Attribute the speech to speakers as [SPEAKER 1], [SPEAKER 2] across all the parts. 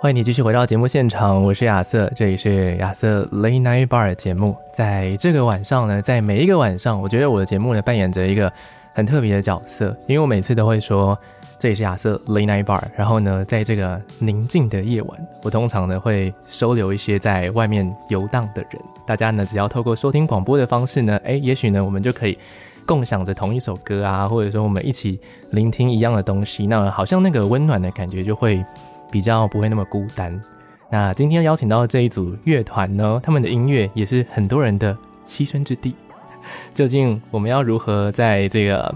[SPEAKER 1] 欢迎你继续回到节目现场，我是亚瑟，这里是亚瑟 Late Night Bar 的节目。在这个晚上呢，在每一个晚上，我觉得我的节目呢扮演着一个很特别的角色，因为我每次都会说这里是亚瑟 Late Night Bar，然后呢，在这个宁静的夜晚，我通常呢会收留一些在外面游荡的人。大家呢只要透过收听广播的方式呢，哎，也许呢我们就可以共享着同一首歌啊，或者说我们一起聆听一样的东西，那好像那个温暖的感觉就会。比较不会那么孤单。那今天邀请到这一组乐团呢，他们的音乐也是很多人的栖身之地。 究竟我们要如何在这个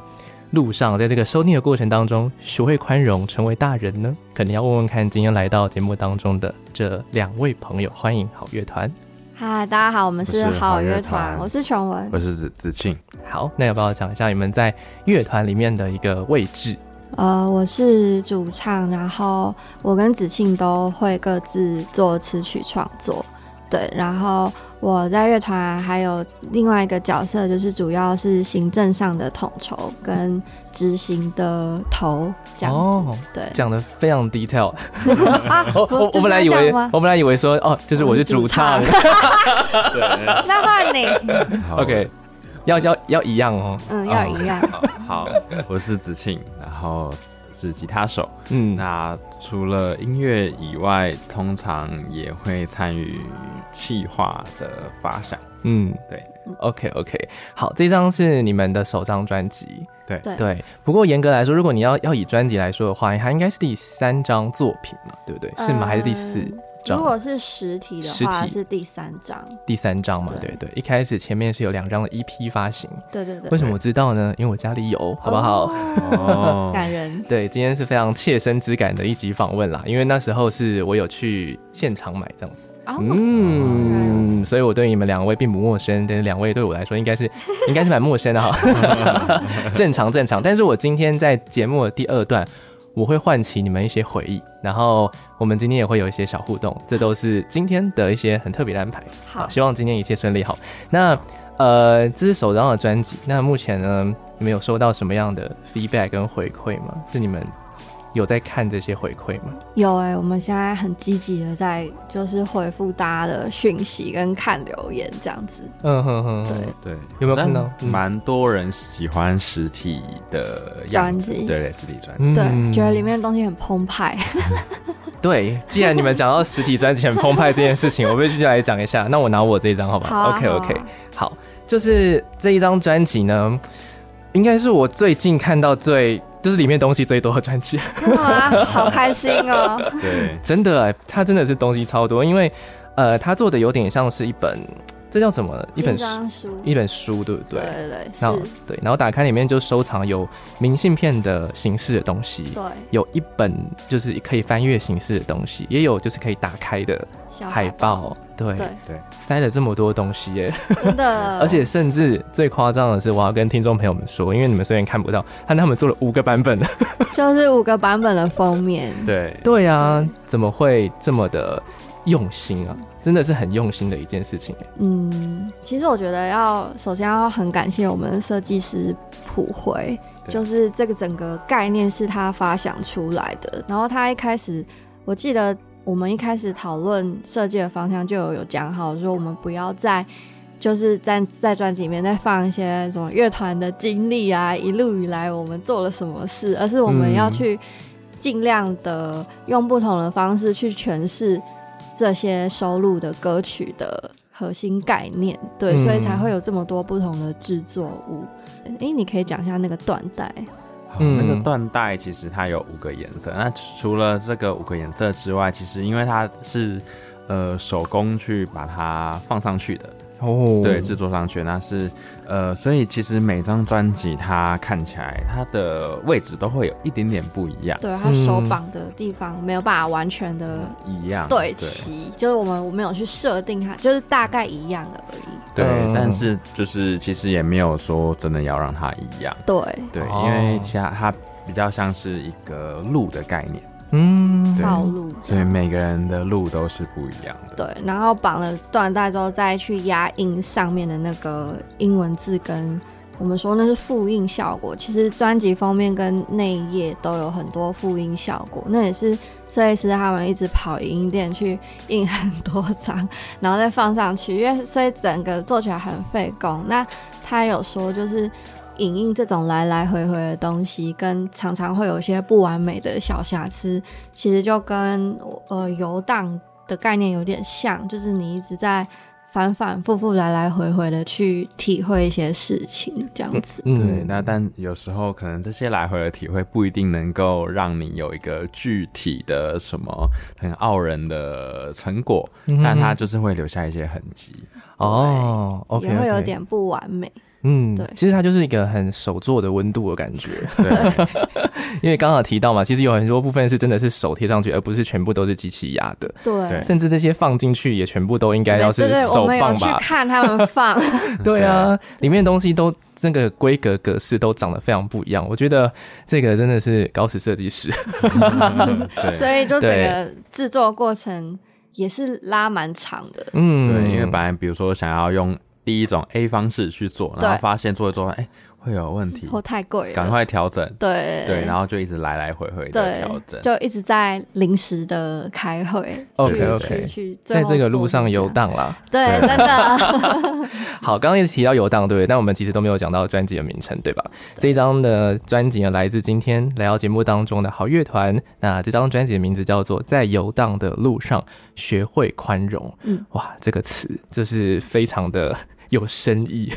[SPEAKER 1] 路上，在这个收听的过程当中，学会宽容，成为大人呢？可能要问问看今天来到节目当中的这两位朋友。欢迎好乐团。
[SPEAKER 2] 嗨，大家好，我们
[SPEAKER 3] 我
[SPEAKER 2] 是
[SPEAKER 3] 是
[SPEAKER 2] 好
[SPEAKER 3] 好乐
[SPEAKER 2] 乐
[SPEAKER 3] 团
[SPEAKER 2] 团，我是琼文。
[SPEAKER 3] 我是子子庆，
[SPEAKER 1] 好，那要不要讲一下你们在乐团里面的一个位置？
[SPEAKER 2] 呃，我是主唱，然后我跟子庆都会各自做词曲创作，对，然后我在乐团、还有另外一个角色，就是主要是行政上的统筹跟执行的头这样子，
[SPEAKER 1] 哦
[SPEAKER 2] 对。
[SPEAKER 1] 讲的非常 detail。
[SPEAKER 2] 啊
[SPEAKER 1] 我我我本来以为，我本来以为说哦，就是我是主唱。
[SPEAKER 2] 那换你，
[SPEAKER 3] 好
[SPEAKER 1] OK，要要要一样哦。
[SPEAKER 2] 嗯，要一样，
[SPEAKER 3] 好，我是子庆，然后是吉他手。
[SPEAKER 1] 嗯，
[SPEAKER 3] 那除了音乐以外，通常也会参与企划的发想。
[SPEAKER 1] 嗯，
[SPEAKER 3] 对
[SPEAKER 1] ，OK OK，好，这张是你们的首张专辑，
[SPEAKER 3] 对
[SPEAKER 2] 对
[SPEAKER 1] 对。不过严格来说，如果你要要以专辑来说的话，它应该是第三张作品嘛，对不对？是吗？还是第四
[SPEAKER 2] 嗯
[SPEAKER 1] 张？
[SPEAKER 2] 如果是实体
[SPEAKER 1] 实
[SPEAKER 2] 的话，
[SPEAKER 1] 体
[SPEAKER 2] 是第三张，
[SPEAKER 1] 第三张嘛，对
[SPEAKER 2] 对
[SPEAKER 1] 对。一开始前面是有两张的 EP 发行，
[SPEAKER 2] 对对对，
[SPEAKER 1] 为什么我知道呢？因为我家里有，好不好？
[SPEAKER 3] 哦
[SPEAKER 2] 感人，
[SPEAKER 1] 对，今天是非常切身之感的一集访问啦，因为那时候是我有去现场买这样子。
[SPEAKER 2] 哦，
[SPEAKER 1] 嗯，所以我对你们两位并不陌生，但是两位对我来说应该是 应该是蛮陌生的哈，正常正常。但是我今天在节目的第二段，我会唤起你们一些回忆，然后我们今天也会有一些小互动，这都是今天的一些很特别的安排。
[SPEAKER 2] 好，
[SPEAKER 1] 希望今天一切顺利。好，那呃，这是首张的专辑，那目前呢，你们有收到什么样的 feedback 跟回馈吗？是你们有在看这些回馈吗？
[SPEAKER 2] 有哎、我们现在很积极的在就是回复大家的讯息跟看留言这样子。
[SPEAKER 1] 嗯哼哼哼，
[SPEAKER 2] 对
[SPEAKER 3] 对，
[SPEAKER 1] 有没有看到嗯
[SPEAKER 3] 但蛮多人喜欢实体的样子，
[SPEAKER 2] 专辑
[SPEAKER 3] 对对，实体专辑。
[SPEAKER 1] 嗯
[SPEAKER 2] 对，觉得里面的东西很澎湃。
[SPEAKER 1] 对，既然你们讲到实体专辑很澎湃这件事情，我必须来讲一下。那我拿我这一张好吧
[SPEAKER 2] 好啊
[SPEAKER 1] o k
[SPEAKER 2] 好啊
[SPEAKER 1] OK，好，就是这一张专辑呢，应该是我最近看到最就是里面东西最多的专辑，
[SPEAKER 2] 真的吗？ 好开心哦！
[SPEAKER 1] 嗯
[SPEAKER 3] 对，
[SPEAKER 1] 真的欸，它真的是东西超多，因为呃，它做的有点像是一本，这叫什么？一本
[SPEAKER 2] 一
[SPEAKER 1] 书，
[SPEAKER 2] 张书，
[SPEAKER 1] 一本书，对不
[SPEAKER 2] 对
[SPEAKER 1] 对？
[SPEAKER 2] 对对，
[SPEAKER 1] 然后
[SPEAKER 2] 是，
[SPEAKER 1] 对，然后打开里面就收藏有明信片的形式的东西，
[SPEAKER 2] 对，
[SPEAKER 1] 有一本就是可以翻阅形式的东西，也有就是可以打开的
[SPEAKER 2] 小
[SPEAKER 1] 海，报，对，
[SPEAKER 2] 对，嗯
[SPEAKER 1] 塞了这么多东西耶，
[SPEAKER 2] 真的，
[SPEAKER 1] 而且甚至最夸张的是，我要跟听众朋友们说，因为你们虽然看不到，但他们做了 五个版本。
[SPEAKER 2] 就是五个版本的 封面，
[SPEAKER 3] 对，
[SPEAKER 1] 对啊，怎么会这么的用心啊？真的是很用心的一件事情耶。
[SPEAKER 2] 嗯，其实我觉得要首先要很感谢我们设计师普辉，
[SPEAKER 3] 对
[SPEAKER 2] 就是这个整个概念是他发想出来的。然后他一开始，我记得我们一开始讨论设计的方向就有有讲好，说我们不要再就是在在专辑里面再放一些什么乐团的经历啊，一路以来我们做了什么事，而是我们
[SPEAKER 1] 嗯
[SPEAKER 2] 要去尽量的用不同的方式去诠释这些收录的歌曲的核心概念，对，
[SPEAKER 1] 嗯
[SPEAKER 2] 所以才会有这么多不同的制作物。诶，你可以讲一下那个缎带，
[SPEAKER 3] 好，
[SPEAKER 1] 嗯
[SPEAKER 3] 那个缎带其实它有五个颜色。那除了这个五个颜色之外，其实因为它是呃手工去把它放上去的，
[SPEAKER 1] 哦，
[SPEAKER 3] 对，制作上去，那是呃，所以其实每张专辑它看起来它的位置都会有一点点不一样，
[SPEAKER 2] 对，它手绑的地方没有办法完全的
[SPEAKER 3] 一样
[SPEAKER 2] 对
[SPEAKER 3] 嗯对
[SPEAKER 2] 齐，就是我们我没有去设定它，就是大概一样的而已。
[SPEAKER 3] 对
[SPEAKER 1] 嗯，
[SPEAKER 3] 但是就是其实也没有说真的要让它一样，
[SPEAKER 2] 对，
[SPEAKER 3] 对，
[SPEAKER 1] 哦
[SPEAKER 3] 因为其他它比较像是一个路的概念，
[SPEAKER 1] 嗯，
[SPEAKER 3] 对
[SPEAKER 2] 道路这
[SPEAKER 3] 所以
[SPEAKER 2] 样
[SPEAKER 3] 每个人的路都是不一样的。
[SPEAKER 2] 对，然后绑了缎带之后，再去压印上面的那个英文字跟。我们说那是复印效果，其实专辑封面跟内页都有很多复印效果，那也是设计师他们一直跑影音店去印很多张，然后再放上去，因为所以整个做起来很费工。那他有说就是。影印这种来来回回的东西，跟常常会有一些不完美的小瑕疵，其实就跟呃游荡的概念有点像，就是你一直在反反复复、来来回回的去体会一些事情，这样子。
[SPEAKER 1] 嗯
[SPEAKER 3] 对，那但有时候可能这些来回的体会不一定能够让你有一个具体的什么很傲人的成果，
[SPEAKER 1] 嗯
[SPEAKER 3] 但它就是会留下一些痕迹。
[SPEAKER 1] 哦，OK，
[SPEAKER 2] 也会有，点不完美，
[SPEAKER 1] 嗯，
[SPEAKER 2] 对
[SPEAKER 1] 其实它就是一个很手做的温度的感觉，
[SPEAKER 3] 对，
[SPEAKER 1] 因为刚好提到嘛，其实有很多部分是真的是手贴上去，而不是全部都是机器压的，
[SPEAKER 2] 对
[SPEAKER 3] 对
[SPEAKER 1] 甚至这些放进去也全部都应该要是
[SPEAKER 2] 对对，我
[SPEAKER 1] 手
[SPEAKER 2] 们有
[SPEAKER 1] 放
[SPEAKER 2] 去
[SPEAKER 1] 吧，
[SPEAKER 2] 看他 们放，
[SPEAKER 1] 对啊，里面的东西都这个规格格式都长得非常不一样，我觉得这个真的是搞死设计师，
[SPEAKER 2] 所
[SPEAKER 3] 对，
[SPEAKER 2] 以就整个制作过程也是拉蛮长的。
[SPEAKER 1] 嗯，
[SPEAKER 3] 对，因为本来比如说想要用第一种 A 方式去做，然后
[SPEAKER 2] 对
[SPEAKER 3] 发现做一做，哎、会有问题，
[SPEAKER 2] 或太贵了，
[SPEAKER 3] 嗯赶快调整。
[SPEAKER 2] 对
[SPEAKER 3] 对，然后就一直来来回回的
[SPEAKER 2] 对
[SPEAKER 3] 调整。
[SPEAKER 2] 就一直在临时的开会
[SPEAKER 1] OK，OK
[SPEAKER 2] 去去去，最
[SPEAKER 1] 在
[SPEAKER 2] 后
[SPEAKER 1] 这个路
[SPEAKER 2] 做
[SPEAKER 1] 上
[SPEAKER 2] 成
[SPEAKER 1] 游
[SPEAKER 2] 这样，
[SPEAKER 1] 荡啦。
[SPEAKER 2] 对，
[SPEAKER 3] 对
[SPEAKER 2] 真的
[SPEAKER 1] 好，刚刚一直提到游荡，对不对，但我们其实都没有讲到专辑的名称，对吧？这一张的专辑呢，来自今天来到节目当中的好乐团。那这张专辑的名字叫做《在游荡的路上学会宽容》。
[SPEAKER 2] 嗯
[SPEAKER 1] 哇，这个词就是非常的有深意。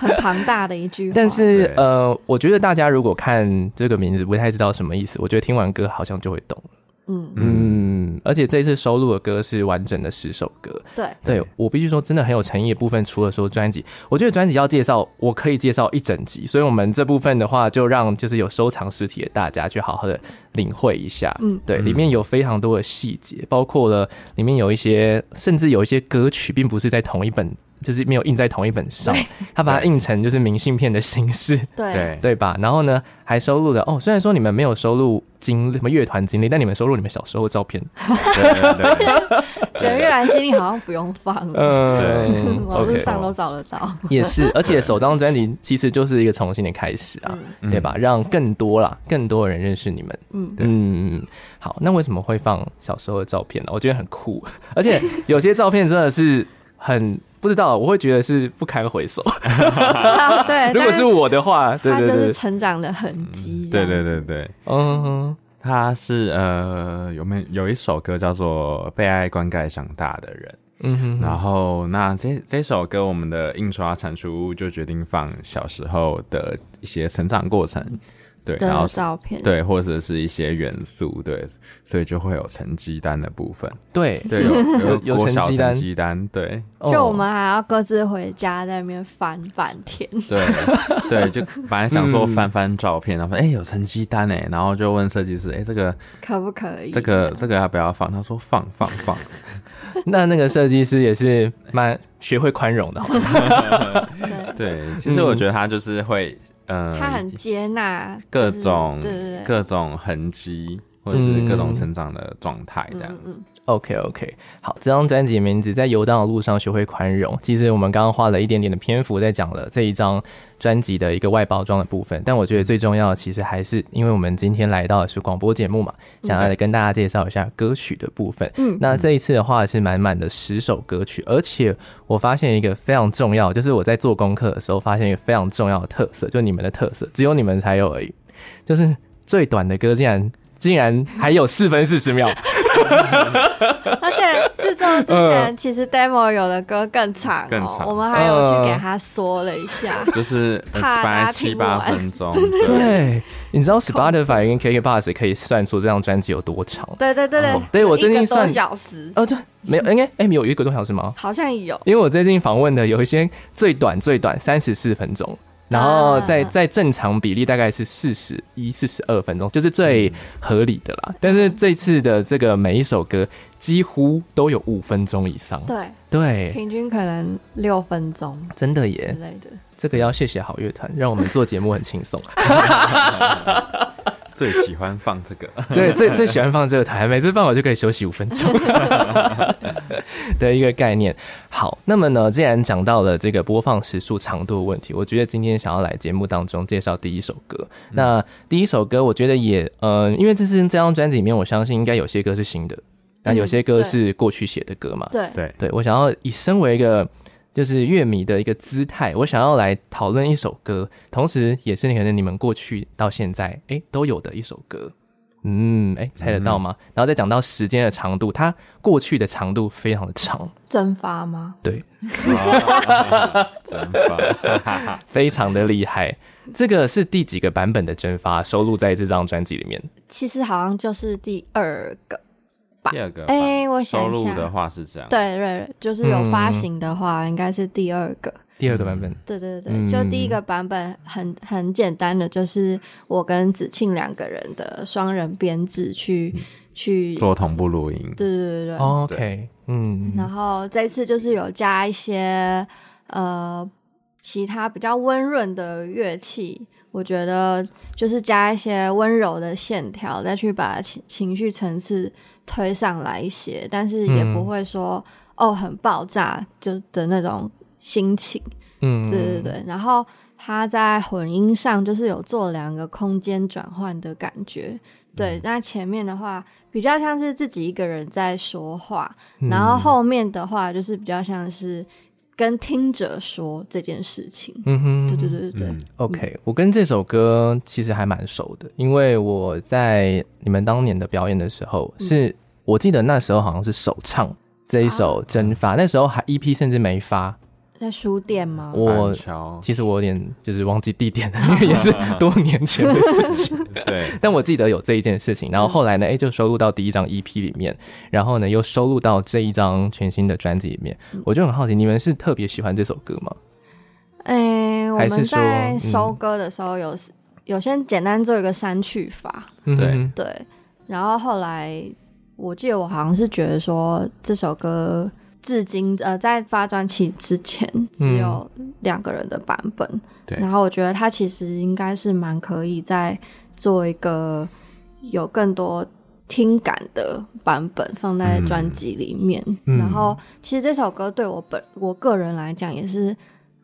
[SPEAKER 2] 很庞大的一句话，
[SPEAKER 1] 但是
[SPEAKER 3] 对
[SPEAKER 1] 呃，我觉得大家如果看这个名字不太知道什么意思，我觉得听完歌好像就会懂。
[SPEAKER 2] 嗯，
[SPEAKER 1] 嗯，而且这次收录的歌是完整的十首歌，
[SPEAKER 2] 对，
[SPEAKER 1] 对
[SPEAKER 3] 对
[SPEAKER 1] 我必须说，真的很有诚意的部分，除了说专辑，我觉得专辑要介绍，我可以介绍一整集，所以我们这部分的话，就让就是有收藏实体的大家去好好的领会一下。
[SPEAKER 2] 嗯
[SPEAKER 1] 对，
[SPEAKER 3] 嗯
[SPEAKER 1] 里面有非常多的细节，包括了里面有一些，甚至有一些歌曲并不是在同一本，就是没有印在同一本上，他把它印成就是明信片的形式。
[SPEAKER 2] 对，
[SPEAKER 3] 对
[SPEAKER 1] 对吧？然后呢，还收录了哦。虽然说你们没有收录经历什么乐团经历，但你们收录你们小时候的照 片。
[SPEAKER 3] 对对对
[SPEAKER 2] 觉得越南经历好像不用放了，
[SPEAKER 1] 嗯，
[SPEAKER 2] 网络
[SPEAKER 1] OK
[SPEAKER 2] 上都找得 到，
[SPEAKER 1] 也 是，而且首张专辑其实就是一个重新的开始啊，
[SPEAKER 3] 嗯
[SPEAKER 1] 对吧？让更多啦，更多人认识你们。
[SPEAKER 2] 嗯，
[SPEAKER 1] 嗯，好，那为什么会放小时候的照片呢？我觉得很酷， 而且有些照片真的是很不知道，我会觉得是不堪回首。
[SPEAKER 2] 对，
[SPEAKER 1] 如果是我的话，对
[SPEAKER 2] 他
[SPEAKER 1] 对
[SPEAKER 2] 就
[SPEAKER 1] 对
[SPEAKER 2] 是
[SPEAKER 1] 对，
[SPEAKER 2] 成长的痕迹，
[SPEAKER 3] 对对，对对，
[SPEAKER 1] 嗯，
[SPEAKER 3] 他是呃有没有有一首歌叫做《被爱灌溉长大的人》，
[SPEAKER 1] 嗯哼，
[SPEAKER 3] 然后那这这首歌我们的印刷产出物就决定放小时候的一些成长过
[SPEAKER 1] 嗯
[SPEAKER 3] 程，对，然后
[SPEAKER 2] 的照片，
[SPEAKER 3] 对或者是一些元素，对，所以就会有成绩单的部分，
[SPEAKER 1] 对
[SPEAKER 3] 对，有
[SPEAKER 1] 嗯有有
[SPEAKER 3] 国小
[SPEAKER 1] 成绩单
[SPEAKER 3] 成绩单，对
[SPEAKER 2] 就
[SPEAKER 1] 哦
[SPEAKER 2] 我们还要各自回家在那边翻半天，
[SPEAKER 3] 对对，就本来想说
[SPEAKER 1] 嗯
[SPEAKER 3] 翻翻照片，然后说哎有成绩单哎，然后就问设计师哎这个
[SPEAKER 2] 可不可以？
[SPEAKER 3] 这个这个要不要放？他说放放 放，
[SPEAKER 1] 那那个设计师也是蛮学会宽容的，好吧
[SPEAKER 2] 对，
[SPEAKER 3] 对，其实
[SPEAKER 1] 嗯
[SPEAKER 3] 我觉得他就是会，呃，
[SPEAKER 2] 他很接纳
[SPEAKER 3] 各
[SPEAKER 2] 就是
[SPEAKER 3] 种
[SPEAKER 2] 对对对，
[SPEAKER 3] 各种痕迹，或者是各种成长的状态这样子。
[SPEAKER 2] 嗯
[SPEAKER 1] OK OK，好，这张专辑名字在游荡的路上学会宽容。其实我们刚刚花了一点点的篇幅在讲了这一张专辑的一个外包装的部分，但我觉得最重要的其实还是因为我们今天来到的是广播节目嘛，想要来跟大家介绍一下歌曲的部分。
[SPEAKER 2] 嗯
[SPEAKER 1] 那这一次的话是满满的十首歌曲，而且我发现一个非常重要，就是我在做功课的时候发现一个非常重要的特色，就你们的特色，只有你们 才有而已，就是最短的歌竟然竟然还有四分四十秒。
[SPEAKER 2] 而且制作之前，其实 demo 有的歌更长、哦，
[SPEAKER 3] 更长
[SPEAKER 2] 我们还有去给他缩了一下。
[SPEAKER 3] 就是呃
[SPEAKER 2] 嗯 怕
[SPEAKER 3] 本来
[SPEAKER 2] 大家
[SPEAKER 3] 七
[SPEAKER 2] 听不
[SPEAKER 3] 八
[SPEAKER 2] 完
[SPEAKER 3] 分钟，对，
[SPEAKER 1] 对，你知道 Spotify 跟 KK Bus 可以算出这张专辑有多长？
[SPEAKER 2] 对对对对
[SPEAKER 3] 哦，
[SPEAKER 1] 对我
[SPEAKER 2] 一个
[SPEAKER 1] 最近
[SPEAKER 2] 多
[SPEAKER 1] 算
[SPEAKER 2] 小时，
[SPEAKER 1] 哦，对，没有，应该哎，没有一个多小时吗？
[SPEAKER 2] 好像有。
[SPEAKER 1] 因为我最近访问的有一些最短最短三十四分钟，然后在
[SPEAKER 2] 啊
[SPEAKER 1] 在正常比例大概是四十一、四十二分钟，就是最合理的啦。但是这次的这个每一首歌几乎都有五分钟以上，
[SPEAKER 2] 对，
[SPEAKER 1] 对，
[SPEAKER 2] 平均可能六分钟
[SPEAKER 1] 真的
[SPEAKER 2] 之
[SPEAKER 1] 耶，
[SPEAKER 2] 类的。
[SPEAKER 1] 这个要谢谢好乐团，让我们做节目很轻松。啊
[SPEAKER 3] 最喜欢放这个，
[SPEAKER 1] 对，最最喜欢放这个台，每次放我就可以休息五分钟 的一个概念。好，那么呢，既然讲到了这个播放时数长度的问题，我觉得今天想要来节目当中介绍第一首歌。那第一首歌，我觉得也，嗯、因为这是这张专辑里面，我相信应该有些歌是新的，那有些歌
[SPEAKER 2] 对
[SPEAKER 1] 是过去写的歌嘛。
[SPEAKER 2] 对，
[SPEAKER 3] 对，
[SPEAKER 1] 对我想要以身为一个就是乐迷的一个姿态，我想要来讨论一首歌，同时也是可能你们过去到现在哎都有的一首歌。嗯，哎，猜得到吗？然后再讲到时间的长度，它过去的长度非常的长，
[SPEAKER 2] 蒸发吗？
[SPEAKER 1] 对，
[SPEAKER 3] 真棒，
[SPEAKER 1] 非常的厉害。这个是第几个版本的蒸发收录在这张专辑里面？
[SPEAKER 2] 其实好像就是第二个。
[SPEAKER 3] 第二个吧，
[SPEAKER 2] 哎我想一
[SPEAKER 3] 收
[SPEAKER 2] 下
[SPEAKER 3] 录的话是这样，，
[SPEAKER 2] 对对，对就是有发
[SPEAKER 1] 嗯
[SPEAKER 2] 行的话，应该是第二个。
[SPEAKER 1] 第二个版本，
[SPEAKER 2] 对对对，就第一个版本很很简单的，就是我跟子庆两个人的双人编制去、去，对
[SPEAKER 3] 做同步录音，
[SPEAKER 2] 对对对。
[SPEAKER 1] OK，嗯，
[SPEAKER 2] 然后这次就是有加一些呃其他比较温润的乐器，我觉得就是加一些温柔的线条，再去把情情绪层次推上来一些，但是也不
[SPEAKER 1] 嗯
[SPEAKER 2] 会说、哦很爆炸就的那种心情。
[SPEAKER 1] 嗯
[SPEAKER 2] 对对，对，然后它在混音上就是有做两个空间转换的感觉。
[SPEAKER 1] 嗯
[SPEAKER 2] 对，那前面的话比较像是自己一个人在说话，
[SPEAKER 1] 嗯
[SPEAKER 2] 然后后面的话就是比较像是跟听者说这件事情。
[SPEAKER 1] 嗯哼，
[SPEAKER 2] 对对对对对，
[SPEAKER 3] 嗯
[SPEAKER 1] OK，我跟这首歌其实还蛮熟的，因为我在你们当年的表演的时候，是我记得那时候好像是首唱这一首《蒸发》，那时候还 EP 甚至没发，
[SPEAKER 2] 在书店吗？
[SPEAKER 1] 我
[SPEAKER 3] 板。桥，
[SPEAKER 1] 其实我有点就是忘记地点了，因为也是多年前的事情。
[SPEAKER 3] 对，
[SPEAKER 1] 但我记得有这一件事情，然后后来呢，哎、就收录到第一张 EP 里面，然后呢又收录到这一张全新的专辑里面。我就很好奇，你们是特别喜欢这首歌吗？
[SPEAKER 2] 哎，我
[SPEAKER 1] 还是
[SPEAKER 2] 们
[SPEAKER 1] 说
[SPEAKER 2] 在收
[SPEAKER 1] 嗯
[SPEAKER 2] 歌的时候有、有先简单做一个删去法，
[SPEAKER 3] 对
[SPEAKER 1] 嗯
[SPEAKER 2] 对，然后后来我记得我好像是觉得说这首歌至今呃在发专辑之前只有两个人的版本，
[SPEAKER 3] 对
[SPEAKER 2] 然后我觉得它其实应该是蛮可以再做一个有更多。听感的版本放在
[SPEAKER 3] 嗯
[SPEAKER 2] 专辑里面，
[SPEAKER 1] 嗯
[SPEAKER 2] 然后其实这首歌对我本我个人来讲也是，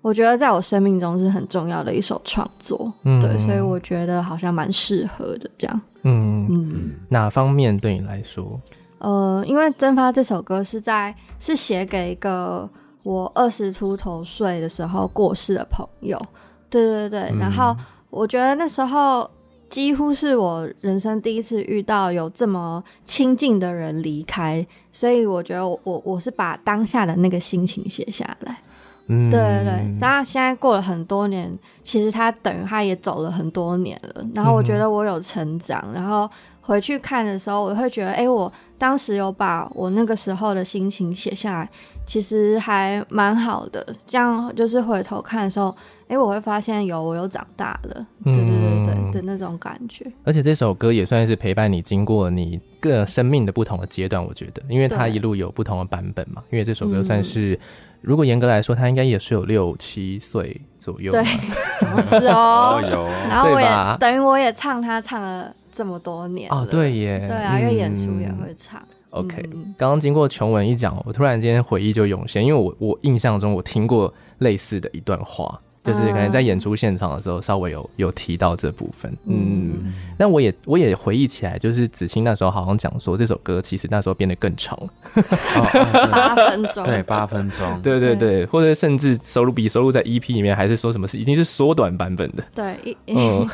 [SPEAKER 2] 我觉得在我生命中是很重要的一首创作，
[SPEAKER 1] 嗯
[SPEAKER 2] 对，所以我觉得好像蛮适合的这样，
[SPEAKER 1] 嗯，
[SPEAKER 2] 嗯
[SPEAKER 1] 哪方面对你来说？
[SPEAKER 2] 呃，因为《蒸发》这首歌是在是写给一个我二十出头岁的时候过世的朋友，对对对，
[SPEAKER 1] 嗯
[SPEAKER 2] 然后我觉得那时候几乎是我人生第一次遇到有这么亲近的人离开，所以我觉得我我我是把当下的那个心情写下来，
[SPEAKER 1] 嗯，
[SPEAKER 2] 对对对，那现在过了很多年，其实他等于他也走了很多年了。然后我觉得我有成长，然后回去看的时候，我会觉得，哎、我当时有把我那个时候的心情写下来，其实还蛮好的。这样就是回头看的时候，哎、我会发现有我有长大了，对对对对
[SPEAKER 1] 嗯
[SPEAKER 2] 的那种感觉。
[SPEAKER 1] 而且这首歌也算是陪伴你经过你个生命的不同的阶段，我觉得，因为它
[SPEAKER 2] 对
[SPEAKER 1] 一路有不同的版本嘛。因为这首歌算是，如果严格来说，它应该也是有六七岁左右嘛。
[SPEAKER 2] 对，是
[SPEAKER 3] 哦
[SPEAKER 2] 哦。
[SPEAKER 3] 有
[SPEAKER 2] 然后我
[SPEAKER 1] 对吧
[SPEAKER 2] 也等于我也唱他唱了这么多年
[SPEAKER 1] 哦
[SPEAKER 2] 了，
[SPEAKER 1] 对耶，
[SPEAKER 2] 对啊，因为演出也
[SPEAKER 1] 嗯
[SPEAKER 2] 会唱。
[SPEAKER 1] OK，
[SPEAKER 2] 嗯
[SPEAKER 1] 刚刚经过琼文一讲，我突然间回忆就涌现，因为我我印象中我听过类似的一段话，就是可能在演出现场的时候稍微有
[SPEAKER 2] 嗯
[SPEAKER 1] 有提到这部分，嗯，那我也我也回忆起来，就是子欣那时候好像讲说这首歌其实那时候变得更长，
[SPEAKER 2] 八分钟，
[SPEAKER 3] 哦对，八分钟，
[SPEAKER 1] 对对对，或者甚至收录比收录在 EP 里面，还是说什么是一定是缩短版本的，
[SPEAKER 2] 对一、
[SPEAKER 1] 嗯，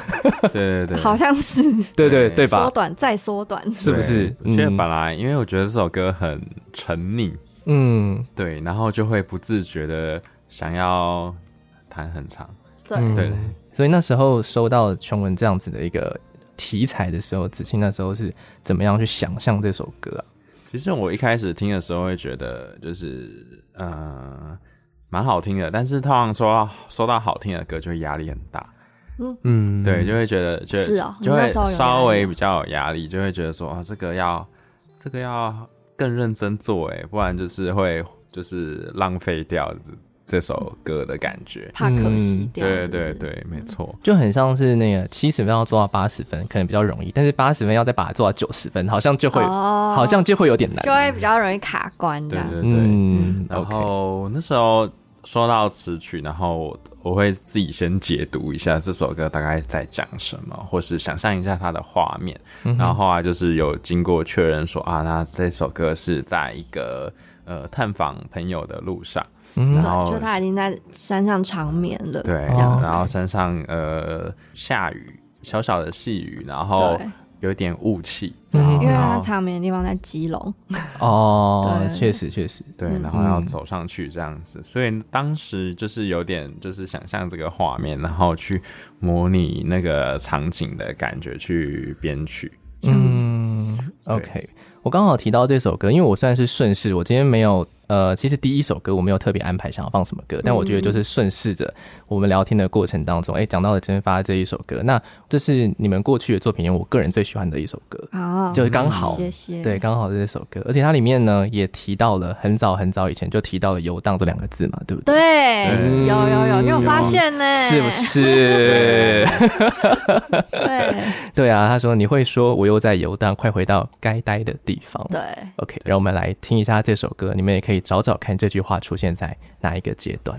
[SPEAKER 3] 对对嗯对，
[SPEAKER 2] 好像是
[SPEAKER 1] 对 对对
[SPEAKER 2] 缩
[SPEAKER 1] 吧？
[SPEAKER 2] 短再缩短，
[SPEAKER 1] 是不是？
[SPEAKER 3] 对我觉得
[SPEAKER 1] 嗯
[SPEAKER 3] 本来因为我觉得这首歌很沉溺，
[SPEAKER 1] 嗯，
[SPEAKER 3] 对，然后就会不自觉的想要弹很长，
[SPEAKER 2] 对，
[SPEAKER 1] 嗯
[SPEAKER 3] 对，
[SPEAKER 1] 所以那时候收到琼文这样子的一个题材的时候，子欣那时候是怎么样去想象这首歌啊？
[SPEAKER 3] 嗯其实我一开始听的时候会觉得就是呃蛮好听的，但是通常说到收到好听的歌就会压力很大，
[SPEAKER 1] 嗯，
[SPEAKER 3] 对，就会觉得就是
[SPEAKER 2] 哦
[SPEAKER 3] 就
[SPEAKER 2] 你那
[SPEAKER 3] 会
[SPEAKER 2] 时候有压力
[SPEAKER 3] 稍微
[SPEAKER 2] 吗
[SPEAKER 3] 比较有压力，就会觉得说啊这个要这个要更认真做哎，不然就是会就是浪费掉这这首歌的感觉。
[SPEAKER 2] 怕可惜掉，
[SPEAKER 3] 对
[SPEAKER 2] 是不
[SPEAKER 3] 对
[SPEAKER 2] 是，
[SPEAKER 3] 对，没错。
[SPEAKER 1] 就很像是那个七十分要做到八十分，可能比较容易，但是八十分要再把它做到九十分，好像就会、
[SPEAKER 2] 哦
[SPEAKER 1] 好像就会有点
[SPEAKER 2] 就
[SPEAKER 1] 难。
[SPEAKER 2] 会比较容易卡关这
[SPEAKER 3] 对
[SPEAKER 2] 样，
[SPEAKER 3] 对对，
[SPEAKER 1] 嗯
[SPEAKER 3] 然
[SPEAKER 1] o
[SPEAKER 3] 后那时候说到词曲，然后我我会自己先解读一下这首歌大概在讲什么，或是想象一下它的画面。
[SPEAKER 1] 嗯
[SPEAKER 3] 然后后来就是有经过确认说啊，那这首歌是在一个呃探访朋友的路上，
[SPEAKER 1] 嗯
[SPEAKER 3] 然
[SPEAKER 2] 对，
[SPEAKER 3] 后
[SPEAKER 2] 就他已经在山上长眠了，
[SPEAKER 3] 对，
[SPEAKER 2] 这样子
[SPEAKER 3] 然后山上呃下雨，小小的细雨，然后
[SPEAKER 2] 对
[SPEAKER 3] 有一点雾气，
[SPEAKER 1] 嗯
[SPEAKER 3] 然后
[SPEAKER 2] 因为
[SPEAKER 3] 然
[SPEAKER 2] 他
[SPEAKER 3] 后
[SPEAKER 2] 长眠的地方在基隆，
[SPEAKER 1] k 哦，
[SPEAKER 2] 对
[SPEAKER 1] 确实确实，
[SPEAKER 3] 对，
[SPEAKER 2] 嗯
[SPEAKER 3] 然后要走上去这样子，所以当时就是有点就是想象这个画面，然后去模拟那个场景的感觉去编曲。
[SPEAKER 1] 嗯，OK。我刚好提到这首歌，因为我算是顺势，我今天没有呃，其实第一首歌我没有特别安排想要放什么歌，但我
[SPEAKER 2] 嗯
[SPEAKER 1] 觉得就是顺势着我们聊天的过程当中，哎、讲到了蒸发这一首歌，那这是你们过去的作品，我个人最喜欢的一首歌，
[SPEAKER 2] 啊，
[SPEAKER 1] 就是刚好
[SPEAKER 2] 谢谢，
[SPEAKER 1] 对，，刚好是这首歌，而且它里面呢也提到了很早很早以前就提到了“游荡”这两个字嘛，对不对？
[SPEAKER 2] 对，
[SPEAKER 3] 对
[SPEAKER 2] 有有有，你有发现呢？
[SPEAKER 1] 是不？ 是？
[SPEAKER 2] 对
[SPEAKER 1] 对啊，他说你会说我又在游荡，快回到该待的地方。
[SPEAKER 2] 对，
[SPEAKER 1] OK，让我们来听一下这首歌，你们也可以找找看这句话出现在哪一个阶段。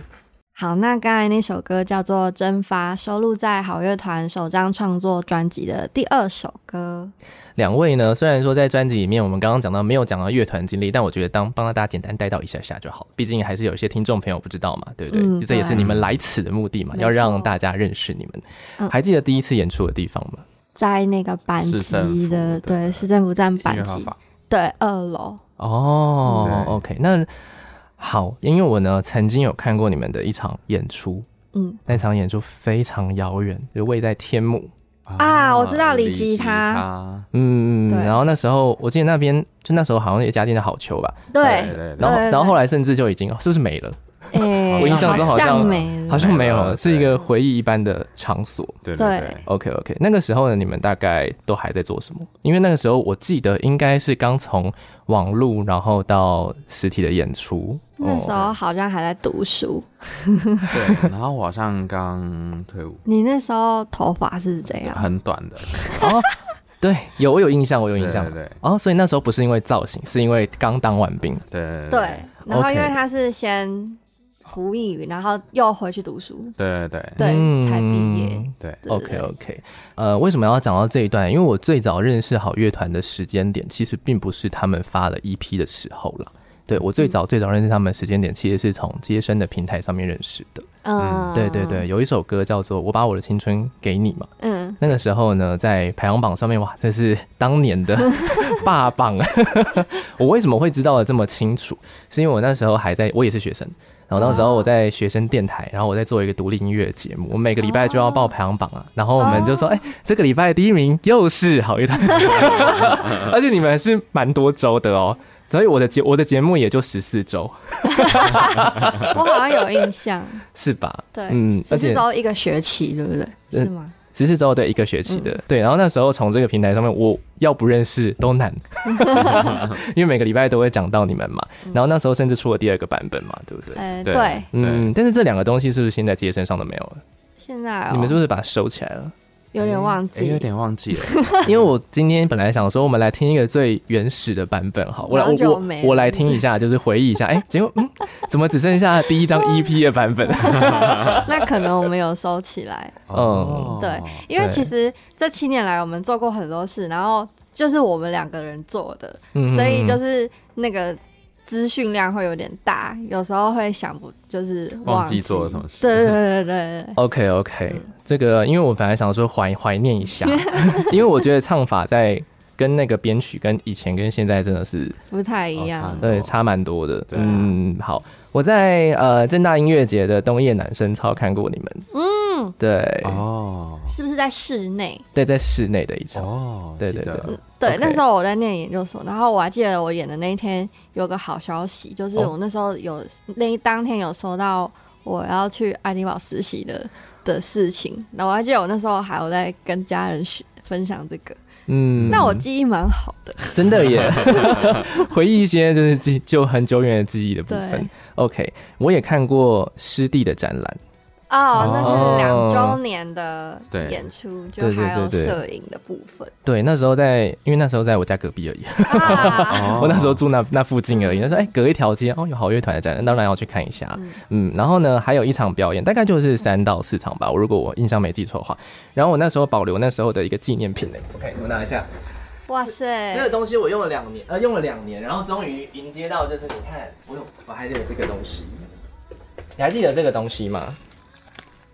[SPEAKER 2] 好，那刚才那首歌叫做《蒸发》，收录在好乐团首张创作专辑的第二首歌。
[SPEAKER 1] 两位呢，虽然说在专辑里面我们刚刚讲到没有讲到乐团经历，但我觉得当帮大家简单带到一下下就好了，毕竟还是有一些听众朋友不知道嘛，对不对？
[SPEAKER 2] 嗯
[SPEAKER 1] 这也是
[SPEAKER 2] 对
[SPEAKER 1] 你们来此的目的嘛，
[SPEAKER 2] 没错
[SPEAKER 1] 要让大家认识你们。
[SPEAKER 2] 嗯
[SPEAKER 1] 还记得第一次演出的地方吗？
[SPEAKER 2] 在那个板
[SPEAKER 3] 市政
[SPEAKER 2] 级
[SPEAKER 3] 府
[SPEAKER 2] 的
[SPEAKER 3] 的
[SPEAKER 2] 对市政府站
[SPEAKER 3] 音
[SPEAKER 2] 板
[SPEAKER 3] 乐号
[SPEAKER 2] 级
[SPEAKER 3] 法
[SPEAKER 2] 对二楼，
[SPEAKER 1] 哦
[SPEAKER 3] 嗯、对
[SPEAKER 1] o k 那好，因为我呢曾经有看过你们的一场演出，
[SPEAKER 2] 嗯
[SPEAKER 1] 那场演出非常遥远，就位在天幕。
[SPEAKER 2] 啊我知道李
[SPEAKER 3] 李
[SPEAKER 2] 吉他
[SPEAKER 3] 他，
[SPEAKER 1] 嗯，
[SPEAKER 2] 对
[SPEAKER 1] 然后那时候我记得那边就那时候好像有一家店叫好球吧，
[SPEAKER 3] 对
[SPEAKER 2] 对，
[SPEAKER 3] 对
[SPEAKER 1] 然后
[SPEAKER 2] 对对
[SPEAKER 1] 然后后来甚至就已经是不是没了？
[SPEAKER 2] 哎，
[SPEAKER 1] 我印象中好像
[SPEAKER 2] 没了
[SPEAKER 1] 好像没有
[SPEAKER 3] 没
[SPEAKER 1] 了，
[SPEAKER 3] 了
[SPEAKER 1] 是一个回忆一般的场所。
[SPEAKER 3] 对
[SPEAKER 2] 对
[SPEAKER 3] 对对，
[SPEAKER 1] OK OK，那个时候呢，你们大概都还在做什么？因为那个时候我记得应该是刚从网络，然后到实体的演出。
[SPEAKER 2] 那时候
[SPEAKER 1] 哦
[SPEAKER 2] 好像还在读书。
[SPEAKER 3] 对。然后我好像刚退 伍，
[SPEAKER 2] 你那时候头发是怎样？
[SPEAKER 3] 很短的，
[SPEAKER 1] 哦，对，有我有印象，我有印象
[SPEAKER 3] 对。对对
[SPEAKER 1] 哦，所以那时候不是因为造型，是因为刚当完兵。
[SPEAKER 3] 对
[SPEAKER 2] 对，然后
[SPEAKER 1] OK
[SPEAKER 2] 因为他是先服役，然后又回去读书，
[SPEAKER 3] 对对对
[SPEAKER 2] 对
[SPEAKER 1] 嗯，
[SPEAKER 2] 才毕业。
[SPEAKER 3] 对
[SPEAKER 2] 对
[SPEAKER 1] OK OK，呃，为什么要讲到这一段？因为我最早认识好乐团的时间点，其实并不是他们发了 EP 的时候了。对我最早最早认识他们的时间点，其实是从接生的平台上面认识的。
[SPEAKER 2] 嗯，
[SPEAKER 1] 对对对，，有一首歌叫做《我把我的青春给你》嘛。
[SPEAKER 2] 嗯，
[SPEAKER 1] 那个时候呢，在排行榜上面，哇，这是当年 的霸榜。 我为什么会知道的这么清楚？是因为我那时候还在，我也是学生。然后那时候我在学生电台，然后我在做一个独立音乐节目，我每个礼拜就要报排行榜啊。然后我们就
[SPEAKER 2] 哦
[SPEAKER 1] 说，哎、这个礼拜第一名又是好乐团， 而且你们是蛮多周的哦。所以我的节我的节目也就十四周，
[SPEAKER 2] 我好像有印象，
[SPEAKER 1] 是吧？
[SPEAKER 2] 对，
[SPEAKER 1] 嗯，而
[SPEAKER 2] 十四
[SPEAKER 1] 且
[SPEAKER 2] 周一个学期，对不对？
[SPEAKER 1] 呃
[SPEAKER 2] 是吗？
[SPEAKER 1] 十四周对一个学期
[SPEAKER 2] 嗯
[SPEAKER 1] 的，对。然后那时候从这个平台上面，我要不认识都 难， 因为每个礼拜都会讲到你们嘛。然后那时候甚至出了第二个版本嘛，对不对？
[SPEAKER 2] 哎，嗯
[SPEAKER 3] 对
[SPEAKER 2] 对，
[SPEAKER 1] 嗯，但是这两个东西是不是现在街身上都没有了？
[SPEAKER 2] 现在哦
[SPEAKER 1] 你们是不是把它收起来了？哎
[SPEAKER 2] 有点忘记，
[SPEAKER 3] 诶有点忘记 了。
[SPEAKER 1] 因为我今天本来想说，我们来听一个最原始的版本好，我来
[SPEAKER 2] 好久
[SPEAKER 1] 我我
[SPEAKER 2] 没
[SPEAKER 1] 我来
[SPEAKER 2] 了
[SPEAKER 1] 听一下，就是回忆一下，哎、结果嗯，怎么只剩下第一 张 EP 的版本？ 嗯
[SPEAKER 2] 那可能我们有收起来，
[SPEAKER 1] 哦
[SPEAKER 2] 对，因为
[SPEAKER 1] 对
[SPEAKER 2] 其实这七年来我们做过很多事，然后就是我们两个人做的，
[SPEAKER 1] 嗯
[SPEAKER 2] 所以就是那个资讯量会有点大，有时候会想不就是
[SPEAKER 3] 忘
[SPEAKER 2] 记
[SPEAKER 3] 记做了什么事
[SPEAKER 2] 对对对对对对
[SPEAKER 1] OK OK，、这个因为我本来想说怀怀念一下， 因为我觉得唱法在跟那个编曲跟以前跟现在真的是嗯
[SPEAKER 2] 不太一
[SPEAKER 3] 哦差
[SPEAKER 2] 样
[SPEAKER 3] 很。多
[SPEAKER 1] 对差蛮多的。
[SPEAKER 3] 对啊
[SPEAKER 1] 嗯，好，我在呃正大音乐节的冬夜男生操看过你们，嗯，对
[SPEAKER 3] 哦
[SPEAKER 2] 是不是在室内？
[SPEAKER 1] 对，在室内的一场，
[SPEAKER 3] 哦，
[SPEAKER 1] 对对
[SPEAKER 3] 记得
[SPEAKER 1] 对
[SPEAKER 3] 了
[SPEAKER 2] 对
[SPEAKER 1] OK
[SPEAKER 2] 那时候我在念研究所，然后我还记得我演的那一天有个好消息，就是
[SPEAKER 1] 哦
[SPEAKER 2] 我那时候有、那一当天有收到我要去爱丁堡实习的的事情，那我还记得我那时候还有在跟家人学分享这个，
[SPEAKER 1] 嗯，
[SPEAKER 2] 那我记忆蛮好的，
[SPEAKER 1] 真的 耶，回忆一些就是记就很久远的记忆的部分
[SPEAKER 2] 对。
[SPEAKER 1] OK，我也看过师弟的展览，
[SPEAKER 2] 哦，那
[SPEAKER 1] 哦
[SPEAKER 2] 是两周年的
[SPEAKER 3] 对
[SPEAKER 2] 演出，就
[SPEAKER 1] 对对
[SPEAKER 2] 还有
[SPEAKER 1] 对对
[SPEAKER 2] 摄影的部 分
[SPEAKER 1] 对，那时候在，因为那时候在我家隔壁而已，
[SPEAKER 2] 啊，
[SPEAKER 3] 哦
[SPEAKER 1] 我那时候住那那附近而已。那时候哎、隔一条街哦，有好乐团的展览，当然要去看一下。
[SPEAKER 2] 嗯
[SPEAKER 1] 嗯，然后呢，还有一场表演，大概就是三到四场吧，我如果我印象没记错的话。然后我那时候保留那时候的一个纪念品呢，OK，我拿一下。
[SPEAKER 2] 哇
[SPEAKER 1] 这个
[SPEAKER 2] 塞，
[SPEAKER 1] 东西我用了两年，呃，用了两年，然后终于迎接到就是你看，我有我还有这个东西，你还记得这个东西吗？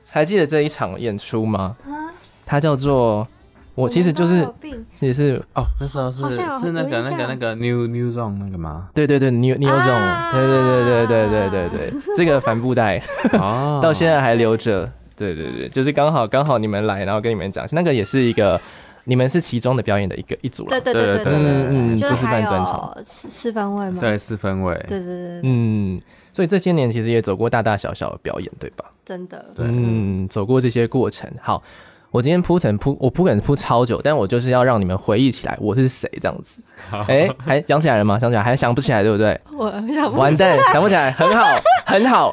[SPEAKER 1] 还记得这一场演出吗？
[SPEAKER 2] 啊
[SPEAKER 1] 它叫做我其实就
[SPEAKER 2] 我们
[SPEAKER 1] 是
[SPEAKER 2] 都有病
[SPEAKER 1] 其实是？
[SPEAKER 3] 哦，那时候是
[SPEAKER 2] 好像有
[SPEAKER 3] 是那个
[SPEAKER 2] 有印
[SPEAKER 3] 那
[SPEAKER 2] 象
[SPEAKER 3] 个那个 New New Zone 那个吗
[SPEAKER 1] 对对对，New New Zone，
[SPEAKER 2] 啊
[SPEAKER 1] 对对对对对对对对，这个帆布袋
[SPEAKER 3] 哦，
[SPEAKER 1] 到现在还留着，对对对，就是刚好刚好你们来，然后跟你们讲，那个也是一个你们是其中的表演的一个一组了
[SPEAKER 2] 对，对对对对
[SPEAKER 3] 对
[SPEAKER 1] 嗯
[SPEAKER 3] 对对
[SPEAKER 2] 对，
[SPEAKER 1] 嗯
[SPEAKER 2] 就
[SPEAKER 1] 就是
[SPEAKER 2] 还
[SPEAKER 1] 办专
[SPEAKER 2] 有
[SPEAKER 1] 场
[SPEAKER 2] 四四分位吗？
[SPEAKER 3] 对四分位，
[SPEAKER 2] 对对对对，
[SPEAKER 1] 嗯，所以这些年其实也走过大大小小的表演，对吧？
[SPEAKER 2] 真的，
[SPEAKER 3] 对
[SPEAKER 1] 嗯，走过这些过程。好，我今天铺陈铺我铺梗铺超久，但我就是要让你们回忆起来我是谁这样子。哎、还想起来了吗？想起来还想不起来，对不对？
[SPEAKER 2] 我想不
[SPEAKER 1] 完蛋，想不起来，很好，很好。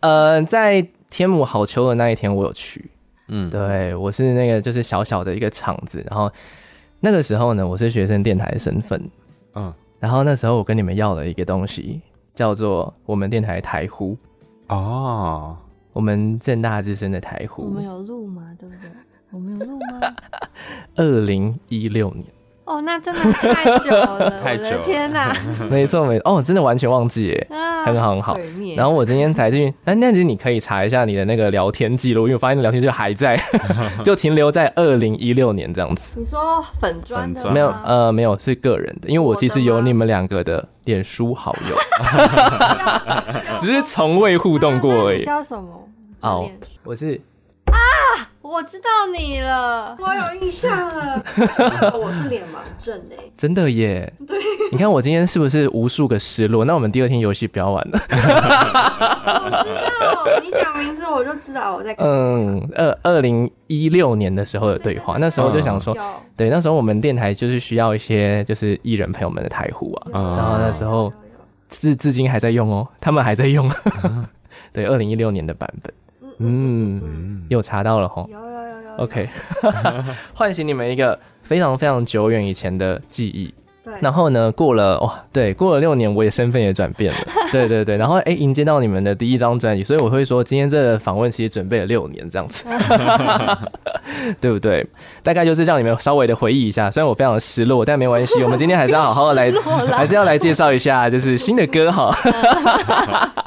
[SPEAKER 1] 呃，在天母好球的那一天，我有去。
[SPEAKER 3] 嗯，
[SPEAKER 1] 对，我是那个就是小小的一个场子，然后那个时候呢，我是学生电台的身份，
[SPEAKER 3] 嗯，
[SPEAKER 1] 然后那时候我跟你们要了一个东西，叫做我们电台台呼，
[SPEAKER 3] 哦，
[SPEAKER 1] 我们正大之声的台呼。
[SPEAKER 2] 我们有录吗？对不 对？我们有录吗？
[SPEAKER 1] 二零一六年，
[SPEAKER 2] 哦，那真的太久了，
[SPEAKER 3] 太
[SPEAKER 2] 我
[SPEAKER 3] 久了
[SPEAKER 2] 的天哪！
[SPEAKER 1] 没错没错，哦，真的完全忘记耶。
[SPEAKER 2] 啊
[SPEAKER 1] 很好很好
[SPEAKER 2] 毁灭
[SPEAKER 1] 然后我今天才去，哎，那你可以查一下你的那个聊天记录，因为我发现聊天记录还在，就停留在二零一六年这样子。
[SPEAKER 2] 你说粉砖
[SPEAKER 3] 粉
[SPEAKER 2] 的
[SPEAKER 3] 砖
[SPEAKER 1] 没有，
[SPEAKER 2] 吗
[SPEAKER 1] 呃，没有是个人的，因为我
[SPEAKER 2] 我的
[SPEAKER 1] 其实有
[SPEAKER 2] 吗
[SPEAKER 1] 你们两个的脸书好 友，
[SPEAKER 2] 啊
[SPEAKER 1] 只是从未互动过而
[SPEAKER 2] 你
[SPEAKER 1] 已。
[SPEAKER 2] 叫什么？
[SPEAKER 1] 哦，我是
[SPEAKER 2] 我知道你了，我有印象了。我是脸盲症哎，
[SPEAKER 1] 真的耶，对，你看我今天是不是无数个失落？那我们第二天游戏不要玩 了。
[SPEAKER 2] 我知道。你讲名字我就知道我在看。
[SPEAKER 1] 嗯，二二零一六年的时候的对话，那时候就想说，
[SPEAKER 2] 嗯有
[SPEAKER 1] 对，那时候我们电台就是需要一些就是艺人朋友们的台呼啊，
[SPEAKER 3] 嗯
[SPEAKER 1] 然后那时候
[SPEAKER 2] 有有有
[SPEAKER 1] 至至今还在用哦，他们还在用。 对，二零一六年的版本，嗯，
[SPEAKER 3] 嗯，
[SPEAKER 1] 有查到了吼。
[SPEAKER 2] 有有有有有
[SPEAKER 1] OK，唤醒你们一个非常非常久远以前的记忆。
[SPEAKER 2] 对，
[SPEAKER 1] 然后呢，过了哇、对，过了六年，我也身份也转 变了，对对对。然后哎，迎接到你们的第一张专辑，所以我会说，今天这个访问其实准备了六年这样 子，对不对？大概就是让你们稍微的回忆一下，虽然我非常的失落，但没关系，我们今天还是要好好的来，还是要来介绍一下，就是新的歌哈。嗯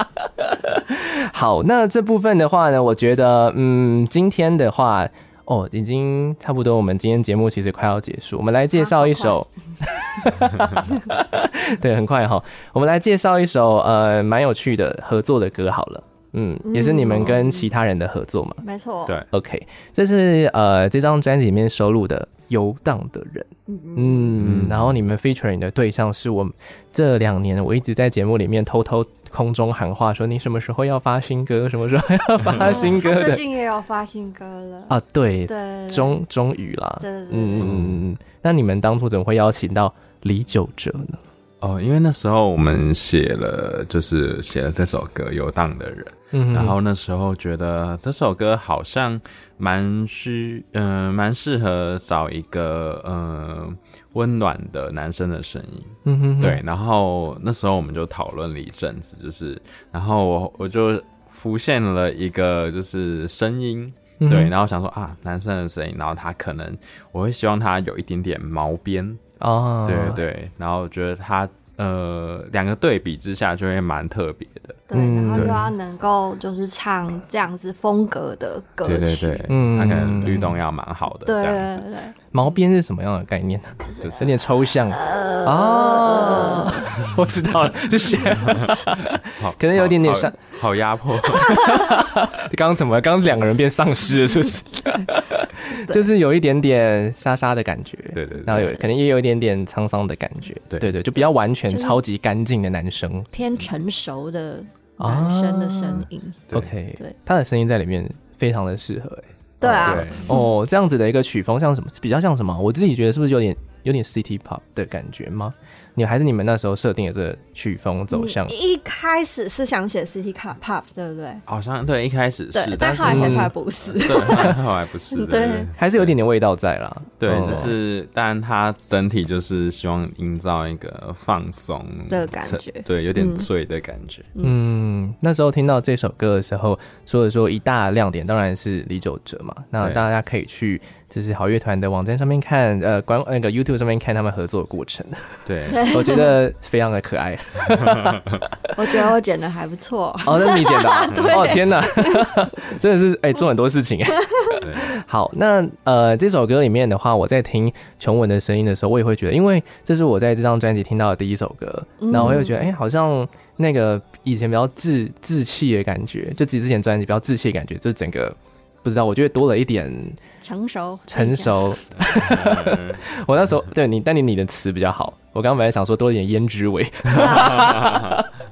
[SPEAKER 1] 好，那这部分的话呢，我觉得，嗯，今天的话。哦，已经差不多，我们今天节目其实快要结束，我们来介绍一首， 对，很快哈。我们来介绍一首呃蛮有趣的合作的歌好了，嗯，也是你们跟其他人的合作嘛。
[SPEAKER 2] 没错，
[SPEAKER 3] 对
[SPEAKER 1] OK，这是呃这张专辑里面收录的《游荡的人》，嗯，
[SPEAKER 3] 嗯
[SPEAKER 1] 然后你们 featuring 的对象是我这两年我一直在节目里面偷偷空中喊话说你什么时候要发新歌，什么时候要发新歌
[SPEAKER 2] 他 最
[SPEAKER 1] 的
[SPEAKER 2] 近也有发新歌了。
[SPEAKER 1] 啊，对，
[SPEAKER 2] 对，
[SPEAKER 1] 终终于啦，
[SPEAKER 2] 对对
[SPEAKER 1] 嗯嗯
[SPEAKER 2] 对
[SPEAKER 1] 嗯嗯嗯，那你们当初怎么会邀请到李玖哲呢？
[SPEAKER 3] 哦，因为那时候我们写了，就是写了这首歌《游荡的人》，
[SPEAKER 1] 嗯
[SPEAKER 3] 然后那时候觉得这首歌好像蛮需，嗯、蛮适合找一个嗯温、暖的男生的声音。
[SPEAKER 1] 嗯哼，
[SPEAKER 3] 对，，然后那时候我们就讨论了一阵子，就是，然后我我就浮现了一个就是声音，
[SPEAKER 1] 嗯哼
[SPEAKER 3] 对，然后想说啊，男生的声音，然后他可能我会希望他有一点点毛边，
[SPEAKER 1] 哦，
[SPEAKER 3] 对，对，然后觉得他呃两个对比之下就会蛮特别的，
[SPEAKER 2] 对，
[SPEAKER 1] 嗯
[SPEAKER 2] 然后又
[SPEAKER 1] 对
[SPEAKER 2] 要能够就是唱这样子风格的歌
[SPEAKER 3] 对对
[SPEAKER 2] 曲，
[SPEAKER 3] 对，
[SPEAKER 1] 嗯
[SPEAKER 3] 他可能律动要蛮好的这样
[SPEAKER 2] 对
[SPEAKER 3] 子，
[SPEAKER 2] 对对
[SPEAKER 1] 毛边是什么样的概念呢？
[SPEAKER 3] 就
[SPEAKER 1] 有
[SPEAKER 3] 是
[SPEAKER 1] 点抽象呃哦， 我知道了，谢谢。
[SPEAKER 3] 好
[SPEAKER 1] 可能有一点点
[SPEAKER 3] 好
[SPEAKER 1] 像
[SPEAKER 3] 好 压迫，
[SPEAKER 1] 刚刚怎么？刚刚两个人变丧尸了，是不 是？就是有一点点沙沙的感觉，
[SPEAKER 3] 对对对
[SPEAKER 1] 然后有可能也有一点点沧桑的感觉，
[SPEAKER 3] 对
[SPEAKER 1] 对对，就比较完全、
[SPEAKER 2] 就是
[SPEAKER 1] 超级干净的男生。
[SPEAKER 2] 偏成熟的男生的声音，
[SPEAKER 3] 啊对
[SPEAKER 1] OK，
[SPEAKER 2] 对
[SPEAKER 1] 他的声音在里面非常的适合、欸，
[SPEAKER 2] 对啊，
[SPEAKER 3] 对，
[SPEAKER 1] 哦，这样子的一个曲风像什么？比较像什么？我自己觉得是不是有点有点 City Pop 的感觉吗？你还是你们那时候设定的这个曲风走向
[SPEAKER 2] 你？一开始是想写 City Car Pop，对不对？
[SPEAKER 3] 好像对一开始
[SPEAKER 2] 对，，
[SPEAKER 3] 是但
[SPEAKER 2] 但
[SPEAKER 3] 是
[SPEAKER 2] 后来才
[SPEAKER 1] 嗯
[SPEAKER 2] 出来不是，
[SPEAKER 3] 对，后来后来不是
[SPEAKER 2] 对
[SPEAKER 3] 对对。
[SPEAKER 1] 还是有点点味道在啦，
[SPEAKER 3] 对，
[SPEAKER 1] 哦
[SPEAKER 3] 就是，但他整体就是希望营造一个放松
[SPEAKER 2] 的感觉
[SPEAKER 3] 对，有点
[SPEAKER 2] 嗯
[SPEAKER 3] 醉的感觉。
[SPEAKER 1] 嗯，那时候听到这首歌的时候，除了说一大亮点当然是李玖哲嘛，那
[SPEAKER 3] 对
[SPEAKER 1] 大家可以去就是好乐团的网站上面看，呃，官那个 YouTube 上面看他们合作的过程，
[SPEAKER 3] 对，
[SPEAKER 1] 我觉得非常的可爱。
[SPEAKER 2] 我觉得我剪的还不错。
[SPEAKER 1] 哦，那是你剪的、啊？哦，天哪， 真的是哎、做很多事情哎。
[SPEAKER 3] 对，
[SPEAKER 1] 好，那呃，这首歌里面的话，我在听琼文的声音的时候，我也会觉得，因为这是我在这张专辑听到的第一首歌，
[SPEAKER 2] 嗯
[SPEAKER 1] 然后我又觉得，哎、好像那个以前比较稚稚气的感觉，就自己之前专辑比较稚气的感觉，就整个不知道，我觉得多了一点
[SPEAKER 2] 成熟，
[SPEAKER 1] 成。熟。
[SPEAKER 2] 嗯
[SPEAKER 1] 我那时候对你，但你你的词比较好，我刚刚本来想说多一点胭脂味，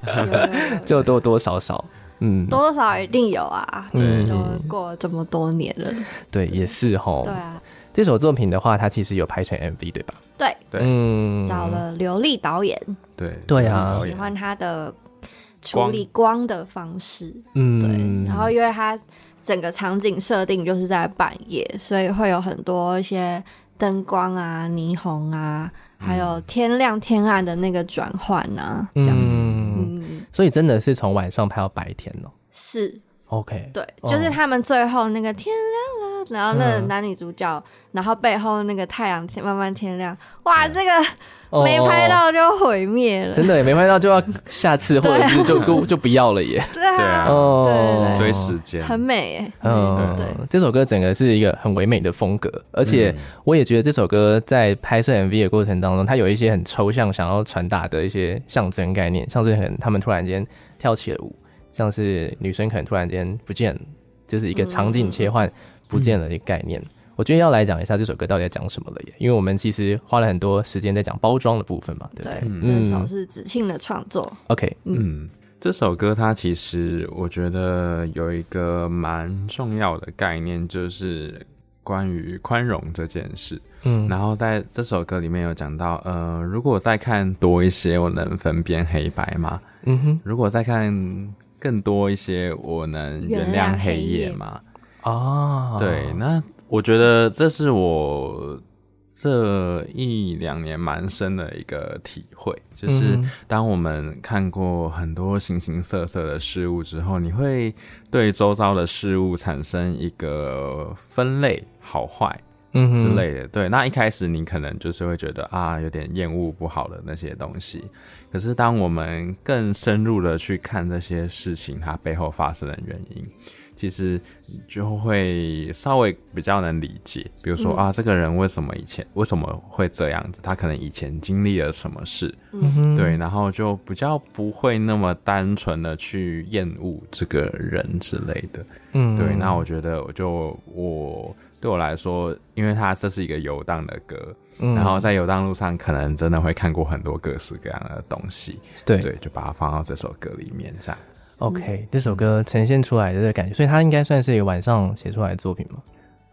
[SPEAKER 2] 有有有
[SPEAKER 1] 就多多少少，嗯，
[SPEAKER 2] 多多少少一定有啊，
[SPEAKER 1] 嗯哦
[SPEAKER 2] 就过了这么多年了，
[SPEAKER 1] 对，也是吼
[SPEAKER 2] 对。啊，
[SPEAKER 1] 这首作品的话，它其实有拍成 MV 对吧？
[SPEAKER 2] 对，
[SPEAKER 3] 对
[SPEAKER 1] 嗯
[SPEAKER 2] 找了刘力导演，
[SPEAKER 3] 对，
[SPEAKER 1] 对啊
[SPEAKER 3] 导
[SPEAKER 2] 喜
[SPEAKER 3] 演
[SPEAKER 2] 欢他的处理光的方式，
[SPEAKER 1] 嗯
[SPEAKER 2] 对，然后因为他整个场景设定就是在半夜，所以会有很多一些灯光啊、霓虹啊，还有天亮天暗的那个转换啊，这样子，
[SPEAKER 1] 嗯
[SPEAKER 2] 嗯，
[SPEAKER 1] 所以真的是从晚上拍到白天哦。
[SPEAKER 2] 是
[SPEAKER 1] OK，
[SPEAKER 2] 对，
[SPEAKER 1] 哦
[SPEAKER 2] 就是他们最后那个天亮了，然后那个
[SPEAKER 1] 嗯
[SPEAKER 2] 男女主角，然后背后那个太阳天慢慢天亮，哇，这个
[SPEAKER 1] 哦
[SPEAKER 2] 没拍到就毁灭了，
[SPEAKER 1] 真的也没拍到，就要下次或
[SPEAKER 2] 对
[SPEAKER 1] 者
[SPEAKER 2] 啊
[SPEAKER 1] 是就就就不要了耶。
[SPEAKER 2] 对啊，
[SPEAKER 3] 对啊
[SPEAKER 1] 哦，
[SPEAKER 3] 追时间，
[SPEAKER 2] 很美耶，
[SPEAKER 1] 嗯，
[SPEAKER 2] 对，
[SPEAKER 1] 这首歌整个是一个很唯美的风格，而
[SPEAKER 2] 嗯
[SPEAKER 1] 且我也觉得这首歌在拍摄 MV 的过程当中，它有一些很抽象想要传达的一些象征概念，像是很他们突然间跳起了舞，像是女生可能突然间不见了，就是一个场景切
[SPEAKER 3] 嗯
[SPEAKER 1] 换不见了的概念。我觉得要来讲一下这首歌到底在讲什么了耶，因为我们其实花了很多时间在讲包装的部分嘛，对不对
[SPEAKER 2] 对，
[SPEAKER 1] 嗯
[SPEAKER 2] 这首是子庆的创作，
[SPEAKER 1] ？OK，
[SPEAKER 3] 嗯，这首歌它其实我觉得有一个蛮重要的概念，就是关于宽容这件事。
[SPEAKER 1] 嗯，
[SPEAKER 3] 然后在这首歌里面有讲到，呃，如果再看多一些，我能分辨黑白吗？
[SPEAKER 1] 嗯哼，
[SPEAKER 3] 如果再看更多一些，我能原谅黑夜吗？
[SPEAKER 1] 哦，
[SPEAKER 3] 对，那我觉得这是我这一两年蛮深的一个体会，就是
[SPEAKER 1] 嗯
[SPEAKER 3] 当我们看过很多形形色色的事物之后，你会对周遭的事物产生一个分类，好坏。
[SPEAKER 1] 嗯哼
[SPEAKER 3] 之，类的。对，那一开始你可能就是会觉得啊，有点厌恶不好的那些东西。可是当我们更深入的去看这些事情它背后发生的原因，其实就会稍微比较能理解。比如说、
[SPEAKER 2] 嗯
[SPEAKER 3] 啊，这个人为什么以前为什么会这样子？他可能以前经历了什么事？
[SPEAKER 1] 嗯哼，
[SPEAKER 3] 对，然后就比较不会那么单纯的去厌恶这个人之类的。
[SPEAKER 1] 嗯
[SPEAKER 3] 对，那我觉得我就我对我来说，因为它这是一个游荡的歌，
[SPEAKER 1] 嗯
[SPEAKER 3] 然后在游荡路上可能真的会看过很多各式各样的东西，
[SPEAKER 1] 对
[SPEAKER 3] 对，就把它放到这首歌里面 这样。
[SPEAKER 2] 嗯
[SPEAKER 1] OK，这首歌呈现出来的这个感觉，所以它应该算是一个晚上写出来的作品嘛？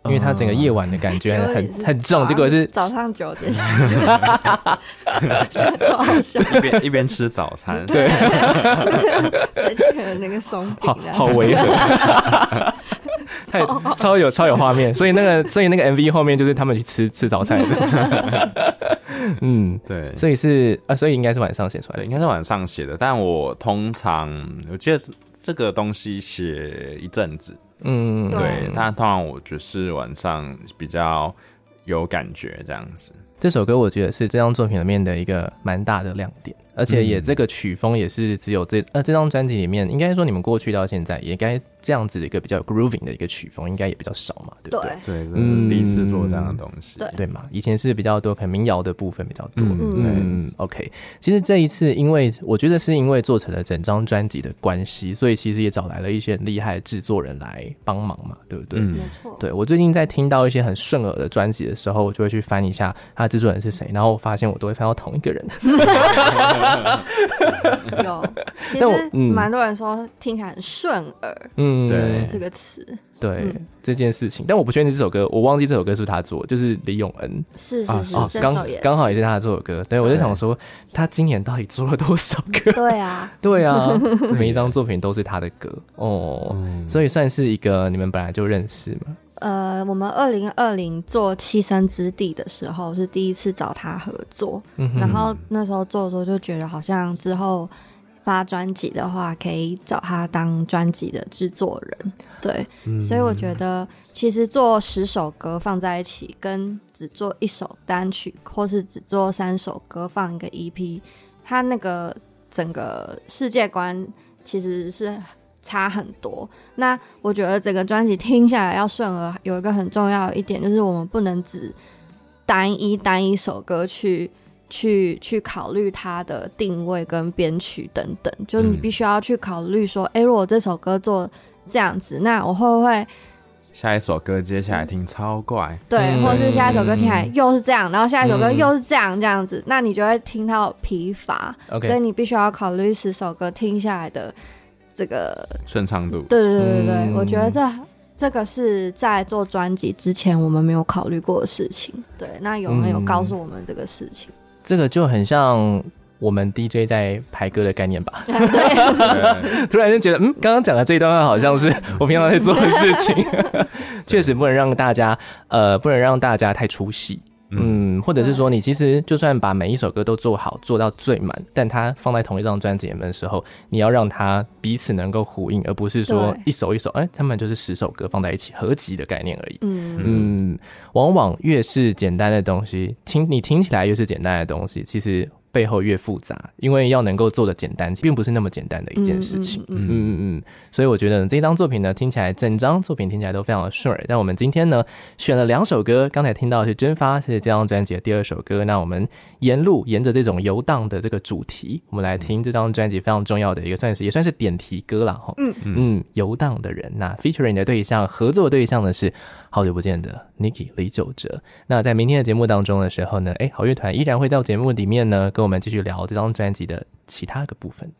[SPEAKER 1] 因为它整个夜晚的感觉
[SPEAKER 2] 结果
[SPEAKER 1] 很
[SPEAKER 2] 也
[SPEAKER 1] 很
[SPEAKER 2] 是
[SPEAKER 1] 很重，
[SPEAKER 2] 嗯早
[SPEAKER 1] 结果是
[SPEAKER 2] 早上九点，超好笑，
[SPEAKER 3] 一边一边吃早餐，
[SPEAKER 1] 对，
[SPEAKER 2] 再去了那个松饼
[SPEAKER 1] 好
[SPEAKER 2] 啊，
[SPEAKER 1] 好违 和， 太超有超有画面，所以那 个所以那个 MV 后面就是他们去吃吃早餐， 嗯，
[SPEAKER 3] 对
[SPEAKER 1] 所以是啊，所以应该是晚上写出来
[SPEAKER 3] 对，
[SPEAKER 1] 的
[SPEAKER 3] 应，该是晚上写的，但我通常我记得这个东西写一阵子，
[SPEAKER 1] 嗯，
[SPEAKER 2] 对
[SPEAKER 3] 对，但通常我就是晚上比较有感觉这样子，
[SPEAKER 1] 这首歌我觉得是这张作品里面的一个蛮大的亮点，而且也这个曲风也是只有这呃这张专辑里面，应该说你们过去到现在也应该这样子的一个比较 grooving 的一个曲风，应该也比较少嘛，对不对
[SPEAKER 2] 对？
[SPEAKER 3] 对，这
[SPEAKER 1] 嗯
[SPEAKER 3] 是第一次做这样的东西，
[SPEAKER 2] 对
[SPEAKER 1] 对嘛，以前是比较多，可能民谣的部分比较多。
[SPEAKER 3] 嗯
[SPEAKER 1] 嗯，OK。其实这一次，因为我觉得是因为做成了整张专辑的关系，所以其实也找来了一些很厉害的制作人来帮忙嘛，对不对？
[SPEAKER 3] 嗯
[SPEAKER 2] 没错，
[SPEAKER 1] 对我最近在听到一些很顺耳的专辑的时候，我就会去翻一下他的制作人是谁，然后我发现我都会翻到同一个人。
[SPEAKER 2] 有，其
[SPEAKER 1] 但我
[SPEAKER 2] 实
[SPEAKER 1] 嗯
[SPEAKER 2] 蛮多人说听起来很顺耳
[SPEAKER 1] 嗯，
[SPEAKER 3] 对
[SPEAKER 2] 这个词，
[SPEAKER 1] 对
[SPEAKER 2] 嗯
[SPEAKER 1] 这件事情，但我不确定这首歌，我忘记这首歌是不是他做，就是李永恩
[SPEAKER 2] 是
[SPEAKER 3] 啊
[SPEAKER 2] 是是
[SPEAKER 1] 哦，，
[SPEAKER 2] 这
[SPEAKER 1] 刚
[SPEAKER 2] 首也
[SPEAKER 1] 刚好
[SPEAKER 2] 是
[SPEAKER 1] 也是他做的歌。对，我就想说他今年到底做了多少歌？
[SPEAKER 2] 对啊，
[SPEAKER 1] 对啊，每一张作品都是他的歌哦，
[SPEAKER 3] 嗯
[SPEAKER 1] 所以算是一个你们本来就认识嘛。
[SPEAKER 2] 呃，我们二零二零做《栖身之地》的时候是第一次找他合作，
[SPEAKER 1] 嗯哼
[SPEAKER 2] 然后那时候做的时候就觉得好像之后发专辑的话，可以找他当专辑的制作人，对，
[SPEAKER 1] 嗯
[SPEAKER 2] 所以我觉得其实做十首歌放在一起，跟只做一首单曲或是只做三首歌放一个 EP，它那个整个世界观其实是差很多。那我觉得整个专辑听下来要顺耳，有一个很重要的一点就是我们不能只单一单一首歌去去去考虑它的定位跟编曲等等，就是你
[SPEAKER 3] 嗯
[SPEAKER 2] 必须要去考虑说，诶，如果这首歌做这样子，那我会不会
[SPEAKER 3] 下一首歌接下来听超怪，
[SPEAKER 2] 对，
[SPEAKER 1] 嗯
[SPEAKER 2] 或者是下一首歌听起来又是这样，然后下一首歌
[SPEAKER 1] 嗯
[SPEAKER 2] 又是这样这样子，那你就会听到疲乏，所以
[SPEAKER 1] OK，
[SPEAKER 2] 你必须要考虑十首歌听下来的这个
[SPEAKER 3] 顺畅度，
[SPEAKER 2] 对对对对对，
[SPEAKER 1] 嗯
[SPEAKER 2] 我觉得这这个是在做专辑之前我们没有考虑过的事情。对，那有没有
[SPEAKER 1] 嗯
[SPEAKER 2] 告诉我们这个事情？
[SPEAKER 1] 这个就很像我们 DJ 在排歌的概念吧。
[SPEAKER 2] 对，
[SPEAKER 3] 对
[SPEAKER 1] 突然间觉得，嗯，刚刚讲的这一段话好像 是我平常在做的事情，确实不能让大家，呃，不能让大家太出戏。嗯，或者是说，你其实就算把每一首歌都做好，做到最满，但它放在同一张专辑里面的时候，你要让它彼此能够呼应，而不是说
[SPEAKER 2] 对
[SPEAKER 1] 一首一首，哎、他们就是十首歌放在一起合集的概念而已。
[SPEAKER 2] 嗯，
[SPEAKER 1] 嗯，往往越是简单的东西，听你听起来越是简单的东西，其实背后越复杂，因为要能够做的简单，并不是那么简单的一件事情。
[SPEAKER 2] 嗯，嗯
[SPEAKER 1] 嗯
[SPEAKER 2] 嗯
[SPEAKER 1] 嗯嗯，所以我觉得这张作品呢，听起来整张作品听起来都非常的顺耳。但我们今天呢，选了两首歌，刚才听到的是《蒸发》，是这张专辑的第二首歌。那我们沿路沿着这种游荡的这个主题，我们来听这张专辑非常重要的一个，算是也算是点题歌了哈。
[SPEAKER 2] 嗯
[SPEAKER 1] 嗯，游荡的人，那 featuring 的对象合作对象呢是好久不见的 Niki 李玖哲。那在明天的节目当中的时候呢，哎，好乐团依然会到节目里面呢，跟我们继续聊这张专辑的其他个部分。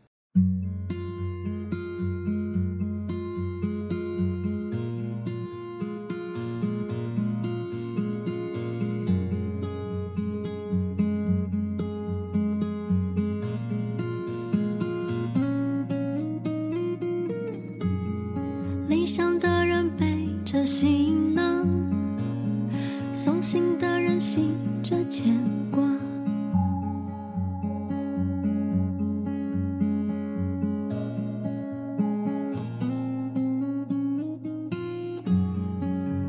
[SPEAKER 4] 理想的人背着行囊，送行的人系着牵挂。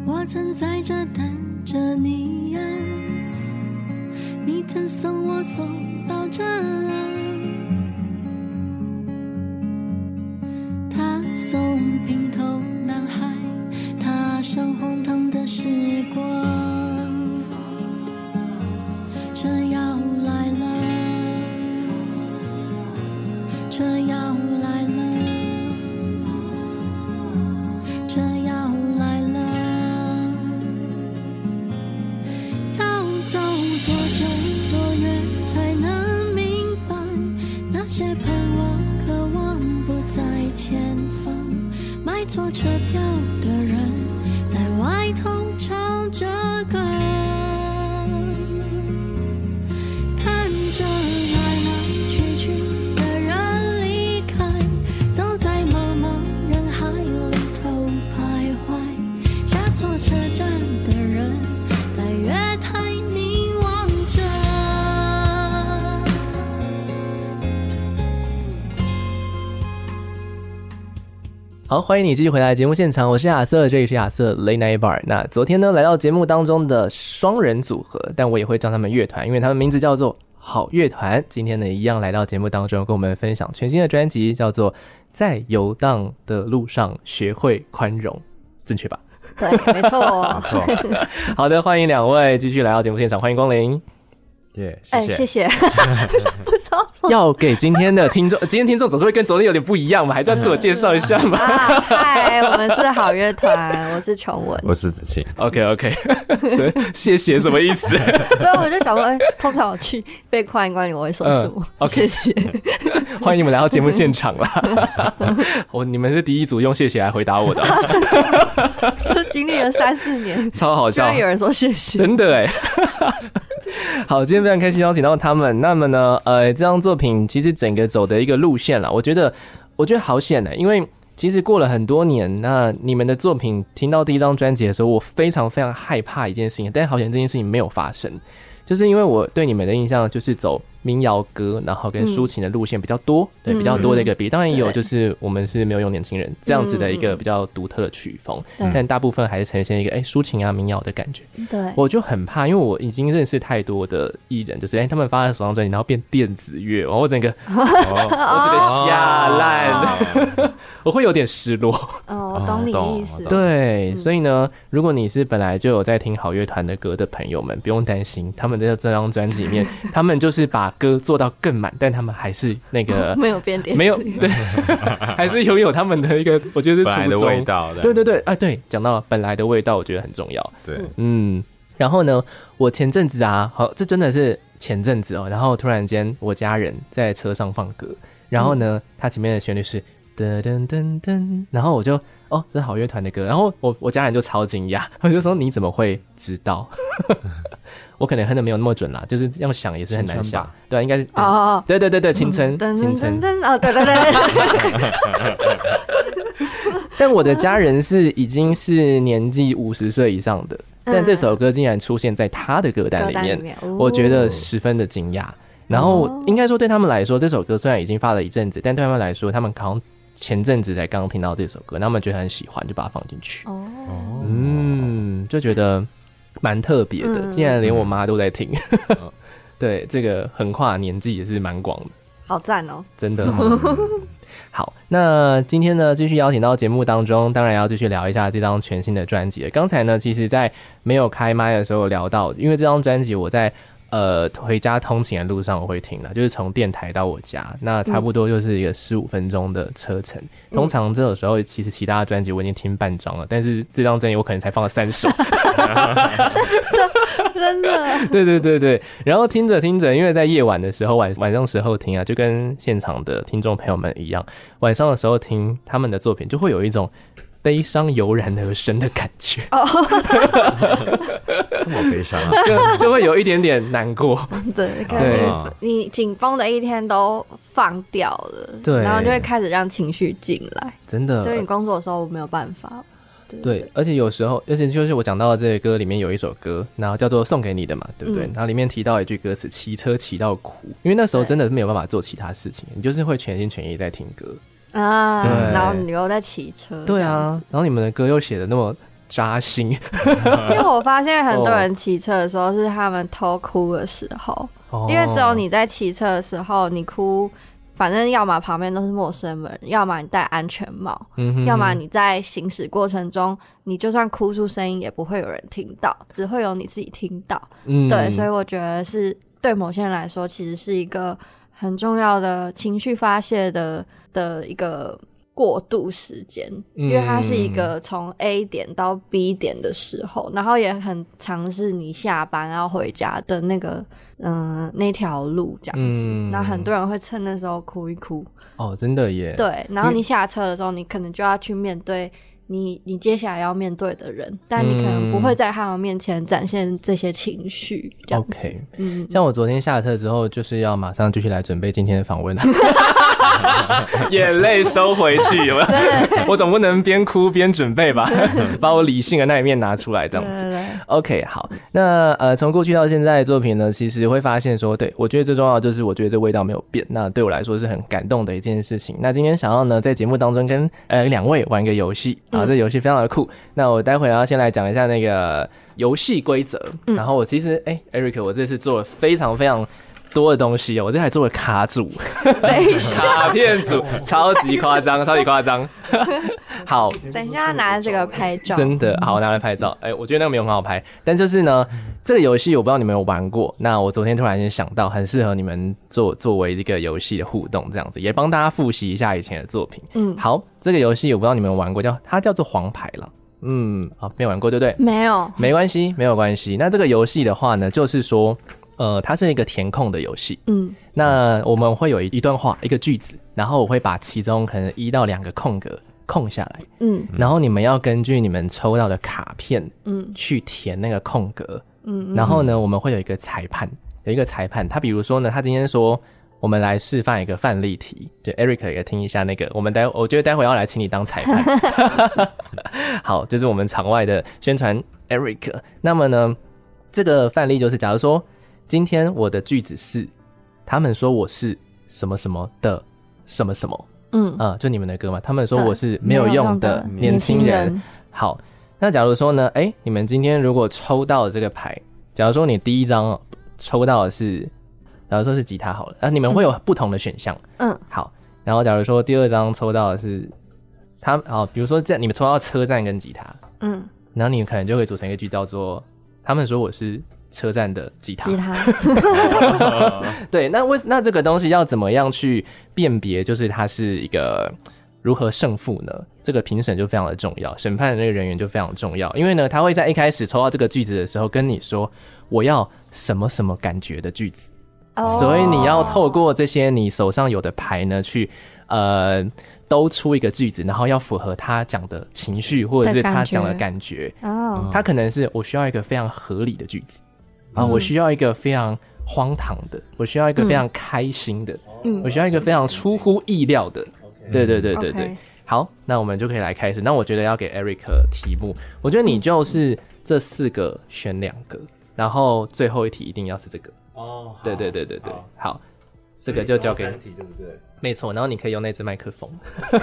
[SPEAKER 4] 我曾在这等着你呀、你曾送我送到这啊。他送平头男孩，他上荒唐的时光，这要来了，这要来了，这要来了，要走多久多远才能明白？那些盼望、渴望不在前方，买错车票的人在外头徜
[SPEAKER 1] 好，欢迎你继续回来节目现场，我是亚瑟，这里是亚瑟 Late Night Bar。那昨天呢，来到节目当中的双人组合，但我也会叫他们乐团，因为他们名字叫做好乐团。今天呢，一样来到节目当中，跟我们分享全新的专辑，叫做《在游荡的路上学会宽容》，正确吧？
[SPEAKER 2] 对，没错
[SPEAKER 3] 没。错，
[SPEAKER 1] 好的，欢迎两位继续来到节目现场，欢迎光临。
[SPEAKER 3] 耶，谢
[SPEAKER 2] 哎，谢
[SPEAKER 3] 谢。
[SPEAKER 2] 谢。不知道说
[SPEAKER 1] 要给今天的听众，今天听众总是会跟昨天有点不一样，我们还是要自我介绍一下嘛。
[SPEAKER 2] 啊，嗨，我们是好乐团，我是琼文。
[SPEAKER 3] 我是子晴，
[SPEAKER 1] OK OK，所以 谢谢什么意思？
[SPEAKER 2] 所以我就想说，哎，通常我去被宽关里，我会说什么
[SPEAKER 1] 嗯？，OK
[SPEAKER 2] 谢 谢。
[SPEAKER 1] 欢迎你们来到节目现场啦！ 我你们是第一组用谢谢来回答 我的，
[SPEAKER 2] 就经历了三四年，
[SPEAKER 1] 超好
[SPEAKER 2] 居
[SPEAKER 1] 笑
[SPEAKER 2] 然，有人说谢谢。
[SPEAKER 1] 真的哎。 好，今天非常开心邀请到他们。那么呢，呃，这张作品其实整个走的一个路线啦，我觉得，我觉得好险欸呢，因为其实过了很多年，那你们的作品听到第一张专辑的时候，我非常非常害怕一件事情，但好险这件事情没有发生。就是因为我对你们的印象就是走民谣歌，然后跟抒情的路线比较多，对
[SPEAKER 2] 嗯
[SPEAKER 1] 比较多的一个比例。当然也有
[SPEAKER 2] 对
[SPEAKER 1] 就是我们是没有用年轻人这样子的一个
[SPEAKER 2] 嗯
[SPEAKER 1] 比较独特的曲风，
[SPEAKER 2] 对
[SPEAKER 1] 但大部分还是呈现一个哎抒情啊民谣的感觉。
[SPEAKER 2] 对，
[SPEAKER 1] 我就很怕，因为我已经认识太多的艺人，就是哎、他们发了首张专辑，然后变电子乐，然后我整个
[SPEAKER 3] 哦
[SPEAKER 1] 我整个吓烂了，
[SPEAKER 3] 哦
[SPEAKER 1] 我会有点失落。
[SPEAKER 2] 哦，
[SPEAKER 3] 哦
[SPEAKER 2] 我
[SPEAKER 1] 啊
[SPEAKER 2] 懂你
[SPEAKER 3] 懂
[SPEAKER 2] 意
[SPEAKER 3] 我
[SPEAKER 2] 思。
[SPEAKER 3] 懂
[SPEAKER 1] 对，所以呢，如果你是本来就有在听好乐团的歌的朋友们，不用担心，他们在这张专辑里 面，他们就是把歌做到更满，但他们还是那 个
[SPEAKER 2] 没有变点，
[SPEAKER 1] 没有对， 还是拥有他们的一个，我觉得是
[SPEAKER 3] 本来的
[SPEAKER 1] 初衷
[SPEAKER 3] 味。道的，
[SPEAKER 1] 对对对，哎、对，讲到了本来的味道，我觉得很重要。
[SPEAKER 3] 对，
[SPEAKER 1] 嗯，然后呢，我前阵子啊，好，这真的是前阵子哦。然后突然间，我家人在车上放歌，然后呢，它前面的旋律是噔噔噔噔，然后我就哦，这是好乐团的歌。然后我我家人就超惊讶， 我就说你怎么会知道？ 我可能哼的没有那么准啦，就是要想也是很难
[SPEAKER 3] 青春
[SPEAKER 1] 想
[SPEAKER 3] 吧。
[SPEAKER 1] 对啊，应该是
[SPEAKER 2] 哦哦，哦
[SPEAKER 1] 对对对对，青春，
[SPEAKER 2] 噔
[SPEAKER 1] 青
[SPEAKER 2] 噔
[SPEAKER 1] 春
[SPEAKER 2] 噔。噔，哦，对对对，
[SPEAKER 1] 但我的家人是已经是年纪五十岁以上的，
[SPEAKER 2] 嗯
[SPEAKER 1] 但这首歌竟然出现在他的歌单
[SPEAKER 2] 歌
[SPEAKER 1] 里
[SPEAKER 2] 单
[SPEAKER 1] 面
[SPEAKER 2] 里，面，
[SPEAKER 1] 我觉
[SPEAKER 2] 哦
[SPEAKER 1] 得十分的惊讶。然后
[SPEAKER 2] 哦
[SPEAKER 1] 应该说，对他们来说，这首歌虽然已经发了一阵子，但对他们来说，他们好像前阵子才刚听到这首歌，那他们觉得很喜欢，就把它放进去。
[SPEAKER 2] 哦，
[SPEAKER 3] 哦
[SPEAKER 1] 嗯，就觉得蛮特别的，
[SPEAKER 2] 嗯哦
[SPEAKER 1] 竟然连我妈都在听。
[SPEAKER 3] 嗯
[SPEAKER 1] 对，这个横跨年纪也是蛮广的。
[SPEAKER 2] 好赞哦，
[SPEAKER 1] 真的。好，那今天呢，继续邀请到节目当中，当然要继续聊一下这张全新的专辑了。刚才呢，其实在没有开麦的时候有聊到，因为这张专辑我在呃回家通勤的路上我会听的，就是从电台到我家，那差不多就是一个十五分钟的车程。通常这种时候，其实其他的专辑我已经听半张了，但是 这张专辑我可能才放了三首。
[SPEAKER 2] 真的，
[SPEAKER 1] 对对对对，然后听着听着，因为在夜晚的时候，晚晚上时候听啊，就跟现场的听众朋友们一样，晚上的时候听他们的作品，就会有一种悲伤油然而生的感觉，
[SPEAKER 2] 哦
[SPEAKER 3] 这么悲伤啊，
[SPEAKER 1] 就就会有一点点难 过。
[SPEAKER 2] 对，可
[SPEAKER 1] 对啊
[SPEAKER 2] 能你你紧绷的一天都放掉了，
[SPEAKER 1] 对
[SPEAKER 2] 然后就会开始让情绪进来。
[SPEAKER 1] 真
[SPEAKER 2] 对你
[SPEAKER 1] 的，
[SPEAKER 2] 工作的时候我没有办法，
[SPEAKER 1] 对，而且有时候，而且就是我讲到的这个歌里面有一首歌，然后叫做《送给你的》嘛，对不对？
[SPEAKER 2] 嗯
[SPEAKER 1] 然后里面提到一句歌词“骑车骑到哭”，因为那时候
[SPEAKER 2] 对
[SPEAKER 1] 真的没有办法做其他事情，你就是会全心全意在听歌。
[SPEAKER 2] 啊，
[SPEAKER 1] 对
[SPEAKER 2] 然后你又在骑车，
[SPEAKER 1] 对啊，然后你们的歌又写的那么扎心
[SPEAKER 2] 这样子，因为我发现很多人骑车的时候是他们偷哭的时候，
[SPEAKER 1] 哦，
[SPEAKER 2] 因为只有你在骑车的时候你哭，反正要么旁边都是陌生人，要么你戴安全帽，
[SPEAKER 1] 嗯哼，
[SPEAKER 2] 要么你在行驶过程中，你就算哭出声音也不会有人听到，只会有你自己听到。
[SPEAKER 1] 嗯
[SPEAKER 2] 对，所以我觉得是对某些人来说，其实是一个很重要的情绪发泄的的一个过渡时间，
[SPEAKER 1] 嗯
[SPEAKER 2] 因为它是一个从 A 点到 B 点的时候，然后也很尝试你下班要回家的那个嗯、呃那条路这样子。
[SPEAKER 1] 嗯
[SPEAKER 2] 那很多人会趁那时候哭一哭，
[SPEAKER 1] 哦，真的耶，，
[SPEAKER 2] 对，然
[SPEAKER 1] 因
[SPEAKER 2] 后
[SPEAKER 1] 为
[SPEAKER 2] 你下车的时候，你可能就要去面对你你接下来要面对的人，但你可能不会在他们面前展现这些情绪，这样子。
[SPEAKER 1] OK
[SPEAKER 2] 嗯，
[SPEAKER 1] 像我昨天下车之后，就是要马上继续来准备今天的访问，啊 眼泪收回去， 有没有？ 我总不能边哭边准备吧，把我理性的那一面拿出来这
[SPEAKER 2] 对
[SPEAKER 1] 样子。
[SPEAKER 2] 对对，
[SPEAKER 1] OK，好，那呃，从过去到现在的作品呢，其实会发现说，对我觉得最重要的就是我觉得这味道没有变，那对我来说是很感动的一件事情。那今天想要呢，在节目当中跟呃两位玩个游戏啊，
[SPEAKER 2] 嗯
[SPEAKER 1] 这游戏非常的酷。那我待会要先来讲一下那个游戏规则，
[SPEAKER 2] 嗯
[SPEAKER 1] 然后我其实哎、e r i c 我这次做了非常非常。多的东西哦，我这还做了卡组、
[SPEAKER 2] 等一下，
[SPEAKER 1] 卡片组， 超级夸张，超级夸 张。好，
[SPEAKER 2] 等一下拿这个拍照，嗯
[SPEAKER 1] 真的好拿来拍照。哎、我觉得那个没有很好拍，但就是呢，这个游戏我不知道你们有玩过。那我昨天突然间想到，很适合你们做作为一个游戏的互动，这样子也帮大家复习一下以前的作品。
[SPEAKER 2] 嗯，
[SPEAKER 1] 好，这个游戏我不知道你们有玩过，叫它叫做黄牌了。嗯，啊，没有玩过，对不对？
[SPEAKER 2] 没有，
[SPEAKER 1] 没关系，没有关系。那这个游戏的话呢，就是说，呃，它是一个填空的游戏。
[SPEAKER 2] 嗯
[SPEAKER 1] 那我们会有一一段话，一个句子，然后我会把其中可能一到两个空格空下来，
[SPEAKER 2] 嗯
[SPEAKER 1] 然后你们要根据你们抽到的卡片
[SPEAKER 2] 嗯
[SPEAKER 1] 去填那个空格，
[SPEAKER 2] 嗯，
[SPEAKER 1] 然后呢，我们会有一个裁判，有一个裁判，他比如说呢，他今天说。我们来示范一个范例题，对，Eric 也听一下那个。我们待，我觉得待会要来请你当裁判。 好，就是我们场外的宣传 Eric。那么呢，这个范例就是，假如说今天我的句子是，他们说我是什么什么的什么什么，
[SPEAKER 2] 嗯，
[SPEAKER 1] 啊、就你们的歌嘛。他们说
[SPEAKER 2] 对
[SPEAKER 1] 我是没有用的年轻人。，好，那假如说呢，哎、你们今天如果抽到这个牌，假如说你第一张哦抽到的是，假如说是吉他好了，啊，你们会有不同的选项。
[SPEAKER 2] 嗯
[SPEAKER 1] 好，然后假如说第二张抽到的是他，哦，比如说这样，你们抽到车站跟吉他，
[SPEAKER 2] 嗯，
[SPEAKER 1] 然后你们可能就会组成一个句，叫做他们说我是车站的吉他
[SPEAKER 2] 吉。他，
[SPEAKER 1] 对，那为那这个东西要怎么样去辨别，就是它是一个如何胜负呢？这个评审就非常的重要，审判的那个人员就非常重要，因为呢，他会在一开始抽到这个句子的时候跟你说我要什么什么感觉的句子，
[SPEAKER 2] 哦
[SPEAKER 1] 所以你要透过这些你手上有的牌呢，去呃兜出一个句子，然后要符合他讲的情绪或者是
[SPEAKER 2] 的感
[SPEAKER 1] 他讲的
[SPEAKER 2] 觉
[SPEAKER 1] 感觉。
[SPEAKER 2] 哦，
[SPEAKER 1] 他可能是我需要一个非常合理的句子啊，
[SPEAKER 2] 嗯
[SPEAKER 1] 我需要一个非常荒唐的，我需要一个非常开心的，
[SPEAKER 2] 嗯
[SPEAKER 1] 我需要一个非常出乎意料的。对对对对对
[SPEAKER 2] OK，
[SPEAKER 1] 好，那我们就可以来开始。那我觉得要给 Eric 题目，我觉得你就是这四个选两个，然后最后一题一定要是这个。
[SPEAKER 5] 哦，好
[SPEAKER 1] 对对对对对
[SPEAKER 5] 好，
[SPEAKER 1] 好，这
[SPEAKER 5] 所以
[SPEAKER 1] 个就
[SPEAKER 5] 一到
[SPEAKER 1] 交给你
[SPEAKER 5] 三。题，对不对？
[SPEAKER 1] 没错，然后你可以用那只麦克风。
[SPEAKER 2] 那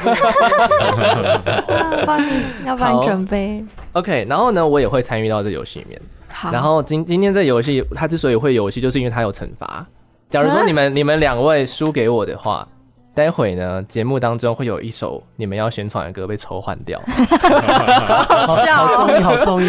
[SPEAKER 2] 哦帮你，要帮
[SPEAKER 1] 好
[SPEAKER 2] 你准备
[SPEAKER 1] OK，然后呢，我也会参与到这游戏里面。
[SPEAKER 2] 好，
[SPEAKER 1] 然后今今天这游戏，它之所以会游戏，就是因为它有惩罚。假如说
[SPEAKER 2] 啊
[SPEAKER 1] 你们、你们两位输给我的话，待会呢节目当中会有一首你们要宣传的歌被抽换 掉，
[SPEAKER 2] 好笑
[SPEAKER 5] 好
[SPEAKER 2] 哦，
[SPEAKER 5] 综艺，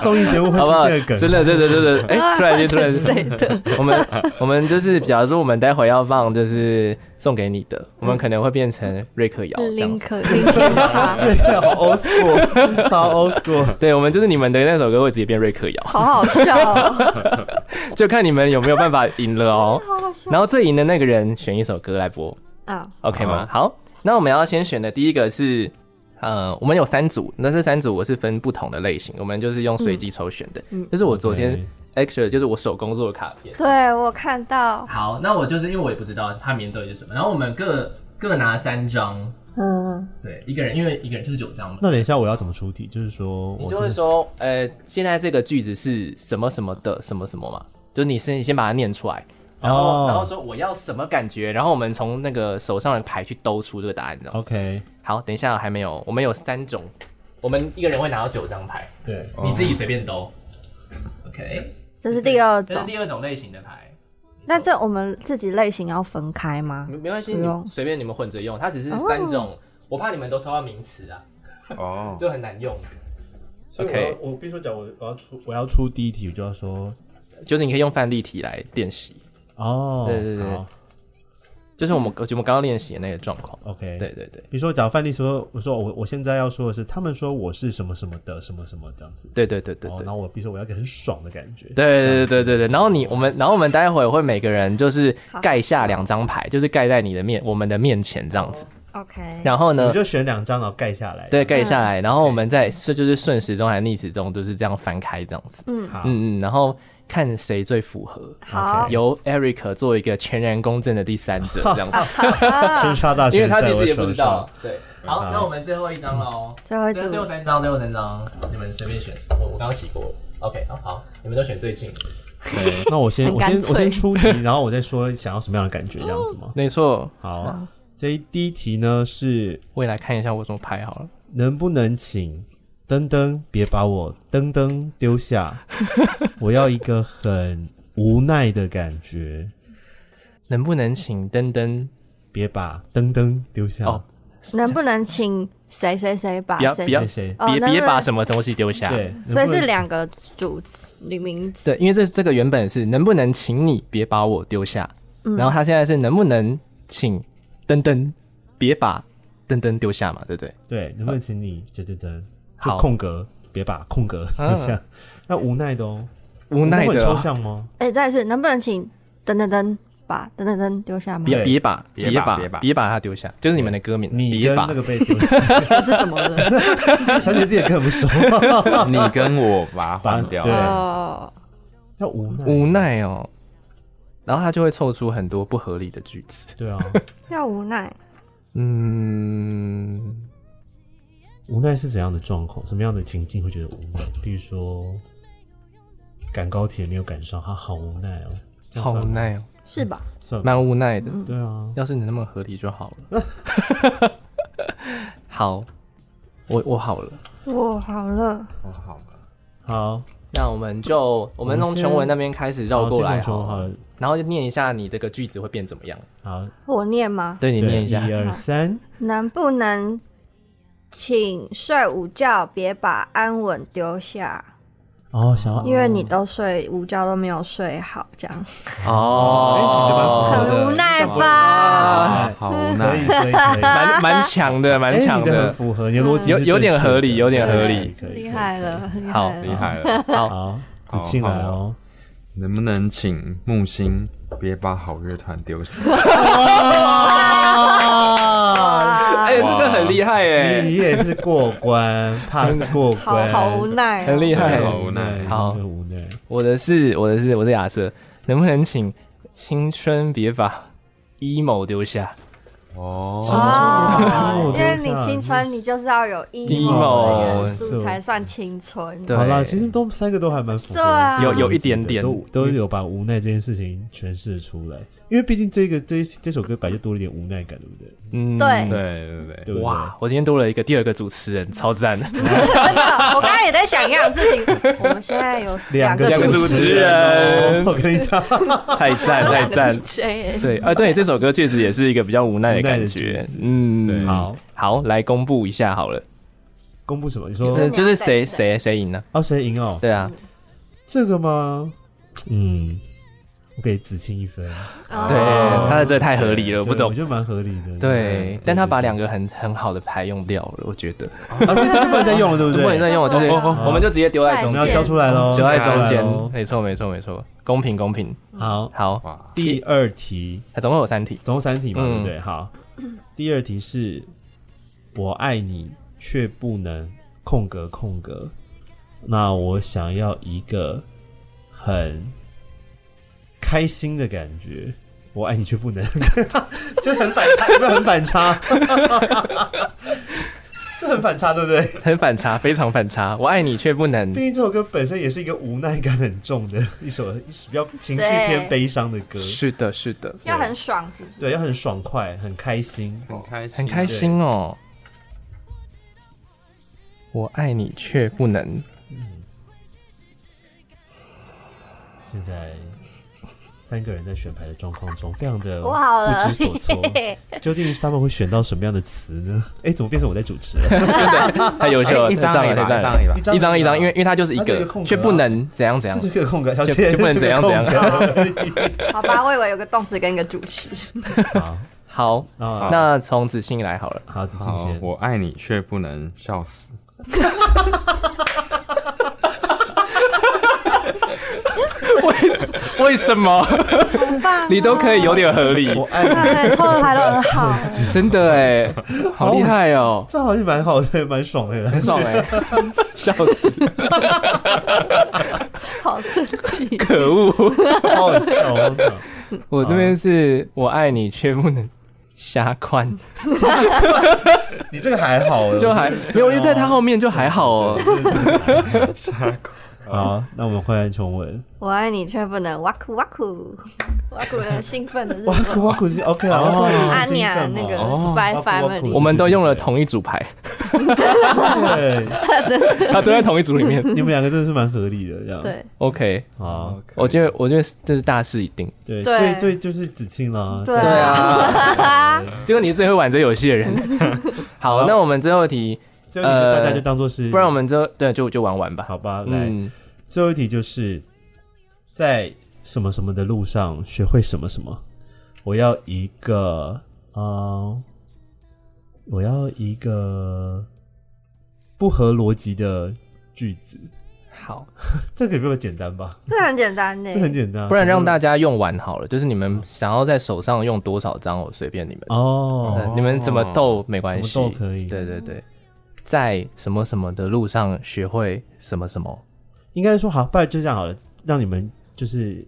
[SPEAKER 5] 综艺，综艺节目会
[SPEAKER 1] 好不好
[SPEAKER 5] 出现的？梗，
[SPEAKER 1] 真的真的真的，哎、
[SPEAKER 2] 啊
[SPEAKER 1] 突然间突然
[SPEAKER 2] 这是谁
[SPEAKER 1] 间，我们我们就是，假如说我们待会要放就是送给你的，我们可能会变成瑞克摇这样
[SPEAKER 2] 林
[SPEAKER 1] 子。
[SPEAKER 2] 可林可他，
[SPEAKER 5] 对，好 old school，超 old school。
[SPEAKER 1] 对，我们就是你们的那首歌会直接变瑞克 摇，
[SPEAKER 2] 好好笑 哦，
[SPEAKER 1] 就看你们有没有办法赢了哦。
[SPEAKER 2] 好好笑
[SPEAKER 1] 然后最赢的那个人选一首歌来播。
[SPEAKER 2] 啊，
[SPEAKER 1] OK 吗？好，那我们要先选的第一个是，呃，我们有三组，那这三组我是分不同的类型，我们就是用随机抽选的。
[SPEAKER 2] 嗯
[SPEAKER 1] 这是我昨天 actually 就是我手工做的卡片。
[SPEAKER 2] 对我看到，
[SPEAKER 1] 好，那我就是因为我也不知道它名到底是什么，然后我们各各拿三张，
[SPEAKER 2] 嗯，
[SPEAKER 1] 对，一个人因为一个人就是九张嘛。
[SPEAKER 5] 那等一下我要怎么出题？就是说，
[SPEAKER 1] 你
[SPEAKER 5] 我
[SPEAKER 1] 就
[SPEAKER 5] 就
[SPEAKER 1] 会
[SPEAKER 5] 是
[SPEAKER 1] 说，呃，现在这个句子是什么什么的什么什么嘛？就是你先你先把它念出来，然后、
[SPEAKER 5] 哦
[SPEAKER 1] 然后说我要什么感觉，然后我们从那个手上的牌去兜出这个答案，你知道吗？
[SPEAKER 5] OK，
[SPEAKER 1] 好，等一下还没有，我们有三种，我们一个人会拿到九张牌，
[SPEAKER 5] 对，
[SPEAKER 1] 你自己随便兜。OK，
[SPEAKER 2] 这是第二
[SPEAKER 1] 这是
[SPEAKER 2] 种，
[SPEAKER 1] 第二种类型的牌，
[SPEAKER 2] 那这我们自己类型要分开吗？
[SPEAKER 1] 没没关系，
[SPEAKER 2] 不用
[SPEAKER 1] 你随便你们混着用，它只是三种，我怕你们都抽到名词啊，
[SPEAKER 3] 哦，
[SPEAKER 1] 就很难用。
[SPEAKER 5] 所以我要
[SPEAKER 1] OK
[SPEAKER 5] 我必须讲，我我要出我要出第一题，我就要说
[SPEAKER 1] 就是你可以用范例题来练习，
[SPEAKER 5] 哦，
[SPEAKER 1] 对对对
[SPEAKER 5] 好
[SPEAKER 1] 就是我们我们刚刚练习的那个状况。
[SPEAKER 5] ，OK，
[SPEAKER 1] 对。对对
[SPEAKER 5] 比如说，假如范例说，我说我我现在要说的是，他们说我是什么什么的什么什么这样子，
[SPEAKER 1] 对对对对
[SPEAKER 5] 哦，
[SPEAKER 1] 对
[SPEAKER 5] 然。后我比如说我要一个很爽的感觉，
[SPEAKER 1] 对对对对对对，然后你我们，然后我们待会儿会每个人就是
[SPEAKER 2] 好
[SPEAKER 1] 盖下两张牌，就是盖在你的面我们的面前这样子。
[SPEAKER 2] OK，
[SPEAKER 1] 然后
[SPEAKER 5] 我
[SPEAKER 1] 呢
[SPEAKER 5] 们，就选两张然后盖下来。
[SPEAKER 1] 对，盖下来，然后我们在这就是顺时钟还是逆时钟，都是这样翻开这样子。
[SPEAKER 2] 嗯，
[SPEAKER 5] 好，
[SPEAKER 1] 嗯嗯，然后看谁最符合，
[SPEAKER 2] 好，
[SPEAKER 1] 由 Eric 做一个全然公正的第三者这样子，
[SPEAKER 5] 生杀大
[SPEAKER 1] 因
[SPEAKER 5] 权
[SPEAKER 1] 为 他
[SPEAKER 5] 在
[SPEAKER 1] 其
[SPEAKER 5] 我
[SPEAKER 1] 实也不
[SPEAKER 5] 手
[SPEAKER 1] 知道
[SPEAKER 5] 上。。
[SPEAKER 1] 对，好，那我们最后一张喽，
[SPEAKER 2] 最后一
[SPEAKER 1] 最后
[SPEAKER 2] 组
[SPEAKER 1] 三张，最后三张，你们随便选，我我刚洗过。OK，好好，你们都选最近。
[SPEAKER 5] 那我先
[SPEAKER 2] 很
[SPEAKER 5] 我
[SPEAKER 2] 干
[SPEAKER 5] 先
[SPEAKER 2] 脆
[SPEAKER 5] 我先出题， 然后我再说想要什么样的感觉，这样 子吗？
[SPEAKER 1] 没错，
[SPEAKER 5] 好，这一第一题呢是
[SPEAKER 1] 我也来看一下我怎么排好了。
[SPEAKER 5] 能不能请噔噔别把我噔噔丢下， 我要一个很无奈的感觉，
[SPEAKER 1] 能不能请登登
[SPEAKER 5] 别把噔噔丢下。
[SPEAKER 1] 哦
[SPEAKER 2] 能不能请谁谁谁把
[SPEAKER 1] 不要
[SPEAKER 2] 谁
[SPEAKER 1] 不要
[SPEAKER 5] 谢谢。
[SPEAKER 2] 哦
[SPEAKER 1] 别
[SPEAKER 2] 能不
[SPEAKER 1] 别
[SPEAKER 2] 能
[SPEAKER 1] 把什么东西丢下？
[SPEAKER 5] 对，
[SPEAKER 2] 所以
[SPEAKER 5] 能不能
[SPEAKER 2] 是两个主词名词，
[SPEAKER 1] 对，因为这这个原本是能不能请你别把我丢下，嗯
[SPEAKER 2] 嗯
[SPEAKER 1] 然后他现在是能不能请登登别把登登丢下嘛，对不对？
[SPEAKER 5] 对，能不能请你噔噔噔
[SPEAKER 1] 好
[SPEAKER 5] 就空格，别把空格
[SPEAKER 1] 嗯
[SPEAKER 5] 留下。那无奈的哦，
[SPEAKER 1] 无奈
[SPEAKER 5] 那会
[SPEAKER 1] 的
[SPEAKER 5] 抽
[SPEAKER 1] 啊，
[SPEAKER 5] 象吗？
[SPEAKER 2] 哎，再一次能不能请噔噔噔把噔噔噔丢下吗？
[SPEAKER 1] 别
[SPEAKER 5] 对
[SPEAKER 1] 别把
[SPEAKER 3] 别把
[SPEAKER 1] 把
[SPEAKER 3] 别把
[SPEAKER 1] 别把他丢下，就是你们的歌名，
[SPEAKER 5] 你
[SPEAKER 1] 别
[SPEAKER 5] 跟
[SPEAKER 1] 把
[SPEAKER 5] 那个被丢，
[SPEAKER 2] 我是怎么了？
[SPEAKER 5] 想起自己也更不熟。
[SPEAKER 3] 你跟我把它换掉，
[SPEAKER 5] 把对
[SPEAKER 2] 哦，
[SPEAKER 5] 要无奈，
[SPEAKER 1] 无奈哦，然后他就会凑出很多不合理的句子。
[SPEAKER 5] 对啊，
[SPEAKER 2] 要无奈，
[SPEAKER 1] 嗯，
[SPEAKER 5] 无奈是怎样的状况？什么样的情境会觉得无奈？比如说赶高铁没有赶上，他好无奈哦，这样
[SPEAKER 1] 好无
[SPEAKER 5] 算吗，
[SPEAKER 1] 奈哦，
[SPEAKER 2] 是吧？
[SPEAKER 5] 算吗
[SPEAKER 1] 蛮无奈的。
[SPEAKER 5] 对啊，
[SPEAKER 1] 要是你那么合理就好了。 好，我我好了。
[SPEAKER 2] 我好了，
[SPEAKER 3] 我好了，
[SPEAKER 5] 好，
[SPEAKER 1] 那我们就我们
[SPEAKER 5] 我们
[SPEAKER 1] 从
[SPEAKER 5] 先
[SPEAKER 1] 琼文那边开始绕
[SPEAKER 5] 好
[SPEAKER 1] 过
[SPEAKER 5] 先
[SPEAKER 1] 来
[SPEAKER 5] 从中文
[SPEAKER 1] 好
[SPEAKER 5] 好
[SPEAKER 1] 了，
[SPEAKER 5] 了，
[SPEAKER 1] 然后就念一下你这个句子会变怎么样？
[SPEAKER 5] 好，
[SPEAKER 2] 我念吗？
[SPEAKER 1] 对你
[SPEAKER 5] 对
[SPEAKER 1] 念一下
[SPEAKER 5] 一。二三，
[SPEAKER 2] 能不能请睡午觉，别把安稳丢下？
[SPEAKER 5] 哦，想要，
[SPEAKER 2] 因为你都睡午觉都没有睡好，这样
[SPEAKER 5] 哎，你的蛮符
[SPEAKER 1] 哦，
[SPEAKER 5] 合的
[SPEAKER 2] 很无奈吧？
[SPEAKER 3] 啊，好无
[SPEAKER 5] 哎可以
[SPEAKER 3] 奈，
[SPEAKER 5] 可以可 以，
[SPEAKER 1] 蛮蛮强的，蛮
[SPEAKER 5] 哎
[SPEAKER 1] 强
[SPEAKER 5] 你的很
[SPEAKER 1] 的。
[SPEAKER 5] 符合，你的逻辑是
[SPEAKER 1] 有有点
[SPEAKER 5] 正确
[SPEAKER 1] 合
[SPEAKER 5] 的
[SPEAKER 1] 理有点合
[SPEAKER 5] 对
[SPEAKER 1] 理
[SPEAKER 5] 可以
[SPEAKER 2] 厉害了，厉
[SPEAKER 1] 好
[SPEAKER 2] 害
[SPEAKER 3] 厉
[SPEAKER 2] 了，
[SPEAKER 3] 害了。
[SPEAKER 5] 好，子庆来哦，
[SPEAKER 3] 能不能请木星别把好乐团丢下？
[SPEAKER 2] 啊
[SPEAKER 5] 哇，
[SPEAKER 1] 哎，这个很厉害
[SPEAKER 5] 你
[SPEAKER 1] 哎，
[SPEAKER 5] 也是过关，pass 过
[SPEAKER 2] 好
[SPEAKER 5] 关，
[SPEAKER 2] 好无奈哦，
[SPEAKER 1] 很厉害
[SPEAKER 3] 真的。好无奈
[SPEAKER 1] 好
[SPEAKER 5] 真的无奈，
[SPEAKER 1] 我的是我的是我是亚瑟，能不能请青春别把 emo 丢下
[SPEAKER 3] 哦，
[SPEAKER 2] 哦
[SPEAKER 5] 哦，
[SPEAKER 2] 因为你青春，你就是要有 emo 的
[SPEAKER 1] emo
[SPEAKER 2] 元素才算青春。
[SPEAKER 1] 对
[SPEAKER 5] 好啦，其实都三个都还蛮符合
[SPEAKER 2] 对啊
[SPEAKER 5] 的，
[SPEAKER 2] 有
[SPEAKER 1] 有一点点嗯
[SPEAKER 5] 都都有把无奈这件事情诠释出来，因为毕竟这个这这首歌本来就多了一点无奈感，对不对？
[SPEAKER 1] 嗯，
[SPEAKER 2] 对
[SPEAKER 3] 对对对
[SPEAKER 5] 对
[SPEAKER 3] 对，
[SPEAKER 5] 不对？
[SPEAKER 1] 哇，我今天多了一个第二个主持人，超赞。
[SPEAKER 2] 真的，我刚刚也在想一样的事情。我们现在有
[SPEAKER 5] 两
[SPEAKER 2] 个！
[SPEAKER 5] 个
[SPEAKER 1] 主
[SPEAKER 5] 主
[SPEAKER 1] 持
[SPEAKER 5] 持人
[SPEAKER 1] 人
[SPEAKER 5] 哦，我跟你讲，
[SPEAKER 1] 太赞太赞
[SPEAKER 2] DJ，
[SPEAKER 1] 对啊，对，这首歌确实也是一个比较无奈的感觉。嗯，
[SPEAKER 3] 对
[SPEAKER 5] 好，
[SPEAKER 1] 好，来公布一下好了，
[SPEAKER 5] 公布什么？你
[SPEAKER 1] 就
[SPEAKER 5] 说
[SPEAKER 1] 是就是谁
[SPEAKER 2] 你要带谁
[SPEAKER 1] 谁谁赢呢？
[SPEAKER 5] 哦，谁赢哦？
[SPEAKER 1] 对啊，
[SPEAKER 5] 这个吗？嗯，我给子庆一分，
[SPEAKER 2] 哦
[SPEAKER 1] 对，他的这太合理了，我不
[SPEAKER 5] 对
[SPEAKER 1] 懂
[SPEAKER 5] 我。觉得蛮合理的。
[SPEAKER 1] 对，但他把两个很很好的牌用掉了，我觉得
[SPEAKER 5] 啊，所以这个不能再用了，对不
[SPEAKER 1] 不能再
[SPEAKER 5] 对？
[SPEAKER 1] 用，就是
[SPEAKER 2] 哦哦
[SPEAKER 1] 我们就直接丢在
[SPEAKER 5] 我
[SPEAKER 1] 中
[SPEAKER 5] 们要
[SPEAKER 1] 间，
[SPEAKER 5] 交出来哦喽，
[SPEAKER 1] 丢在中
[SPEAKER 5] 交出来
[SPEAKER 1] 间
[SPEAKER 5] 咯，
[SPEAKER 1] 没错没错没错，公平公平。
[SPEAKER 5] 好，
[SPEAKER 1] 好，
[SPEAKER 3] 哇，
[SPEAKER 5] 第二题，
[SPEAKER 1] 总共有三题。
[SPEAKER 5] 总共三题嘛，
[SPEAKER 1] 嗯
[SPEAKER 5] 对不对？好，第二题是我爱你却不能空格空格，那我想要一个很开心的感觉。我爱你却不能， 这很反差，有没有很反差？ 这很反差，对不对？
[SPEAKER 1] 很反差，非常反差。我爱你却不能
[SPEAKER 5] 毕，竟这首歌本身也是一个无奈感很重的一首，一首比较情绪
[SPEAKER 2] 对
[SPEAKER 5] 偏悲伤的歌。
[SPEAKER 1] 是的，是的，
[SPEAKER 2] 要很爽，是不是？
[SPEAKER 5] 对，要很爽快，很开心。
[SPEAKER 3] 很开心，
[SPEAKER 1] 很开心哦。我爱你却不 能，
[SPEAKER 5] 现在三个人在选牌的状况中，非常的
[SPEAKER 2] 我好了
[SPEAKER 5] 不知所措。究竟是他们会选到什么样的词呢？哎，怎么变成我在主持了？
[SPEAKER 1] 太优秀了，
[SPEAKER 3] 哎一张
[SPEAKER 1] 太
[SPEAKER 3] 而已
[SPEAKER 1] 赞了，
[SPEAKER 3] 吧，
[SPEAKER 1] 太
[SPEAKER 3] 一
[SPEAKER 1] 赞
[SPEAKER 3] 张
[SPEAKER 1] 了
[SPEAKER 3] 而已吧
[SPEAKER 5] 一，张
[SPEAKER 1] 一张一张，
[SPEAKER 5] 而已吧
[SPEAKER 1] 因为因为它就是一
[SPEAKER 5] 它就是一
[SPEAKER 1] 个
[SPEAKER 5] 个空格啊
[SPEAKER 1] 却不能怎样怎样
[SPEAKER 5] 这，是个空格，小
[SPEAKER 1] 就
[SPEAKER 5] 姐
[SPEAKER 1] 就不能怎样怎样
[SPEAKER 5] 这是个空格而已
[SPEAKER 2] 好吧，我以为有个动词跟一个主词。
[SPEAKER 5] 好，
[SPEAKER 1] 好，
[SPEAKER 5] 那
[SPEAKER 1] 那从子欣来好了，
[SPEAKER 5] 好，子欣
[SPEAKER 3] 好
[SPEAKER 5] 先，，
[SPEAKER 3] 我爱你却不能笑死，
[SPEAKER 1] 为什 为什么
[SPEAKER 2] 很棒哦
[SPEAKER 1] 你都可以有，点合理？
[SPEAKER 5] 我爱你，
[SPEAKER 2] 对，抽的牌都很好，
[SPEAKER 1] 真的哎，好厉害哦、
[SPEAKER 5] 这好像蛮好的，蛮爽欸的。
[SPEAKER 1] 很爽哎，笑死，
[SPEAKER 2] 好生气。
[SPEAKER 1] 可恶！
[SPEAKER 5] 好好笑哦！
[SPEAKER 1] 我这边是我爱你，却不能瞎宽，
[SPEAKER 5] 你这个还好，
[SPEAKER 1] 就还没有，因为在他后面就还好哦、
[SPEAKER 5] 好。那我们换来重文，
[SPEAKER 2] 我爱你却不能哇酷哇酷哇酷的兴奋的日
[SPEAKER 5] 哇
[SPEAKER 2] 文，
[SPEAKER 5] 酷哇酷是 OK 啦，
[SPEAKER 1] 哦
[SPEAKER 5] 哇酷
[SPEAKER 2] 阿
[SPEAKER 5] 是
[SPEAKER 2] 尼
[SPEAKER 5] 兴
[SPEAKER 2] 亚
[SPEAKER 5] 奋
[SPEAKER 2] 那个
[SPEAKER 5] 哦
[SPEAKER 3] 哦
[SPEAKER 2] Spy
[SPEAKER 5] 哇酷哇酷
[SPEAKER 2] Family，
[SPEAKER 1] 我们都用了同一组牌，
[SPEAKER 5] 对，
[SPEAKER 1] 啊，都在同一组里面。
[SPEAKER 5] 你们两个真的是蛮合理的这样。
[SPEAKER 2] 对，
[SPEAKER 1] OK，
[SPEAKER 5] 好，
[SPEAKER 1] 我觉得我觉得这是大势已定。
[SPEAKER 5] 对，
[SPEAKER 2] 对
[SPEAKER 5] 最最就是子庆啦。
[SPEAKER 2] 对
[SPEAKER 1] 对
[SPEAKER 2] 啊
[SPEAKER 1] 啊，
[SPEAKER 2] 啊，
[SPEAKER 1] 结果你是最会玩这游戏的 人。好，那我们最后一题，
[SPEAKER 5] 最后一题大家就当做是，
[SPEAKER 1] 呃不然我们就对就就玩玩吧。
[SPEAKER 5] 好吧，来，
[SPEAKER 1] 嗯，
[SPEAKER 5] 最后一题就是在什么什么的路上学会什么什么。我要一个，呃，我要一个不合逻辑的句子。
[SPEAKER 1] 好，
[SPEAKER 5] 这个有没有简单吧？
[SPEAKER 2] 这很简单呢
[SPEAKER 5] 这，很简单啊，
[SPEAKER 1] 不然让大家用完好了，就是你们想要在手上用多少张，我随便你们。
[SPEAKER 5] 哦，
[SPEAKER 1] 对你们怎么斗嗯没关系，
[SPEAKER 5] 怎么斗可以
[SPEAKER 1] 对对对，在什么什么的路上学会什么什么。
[SPEAKER 5] 应该说好，不然就这样好了，让你们就是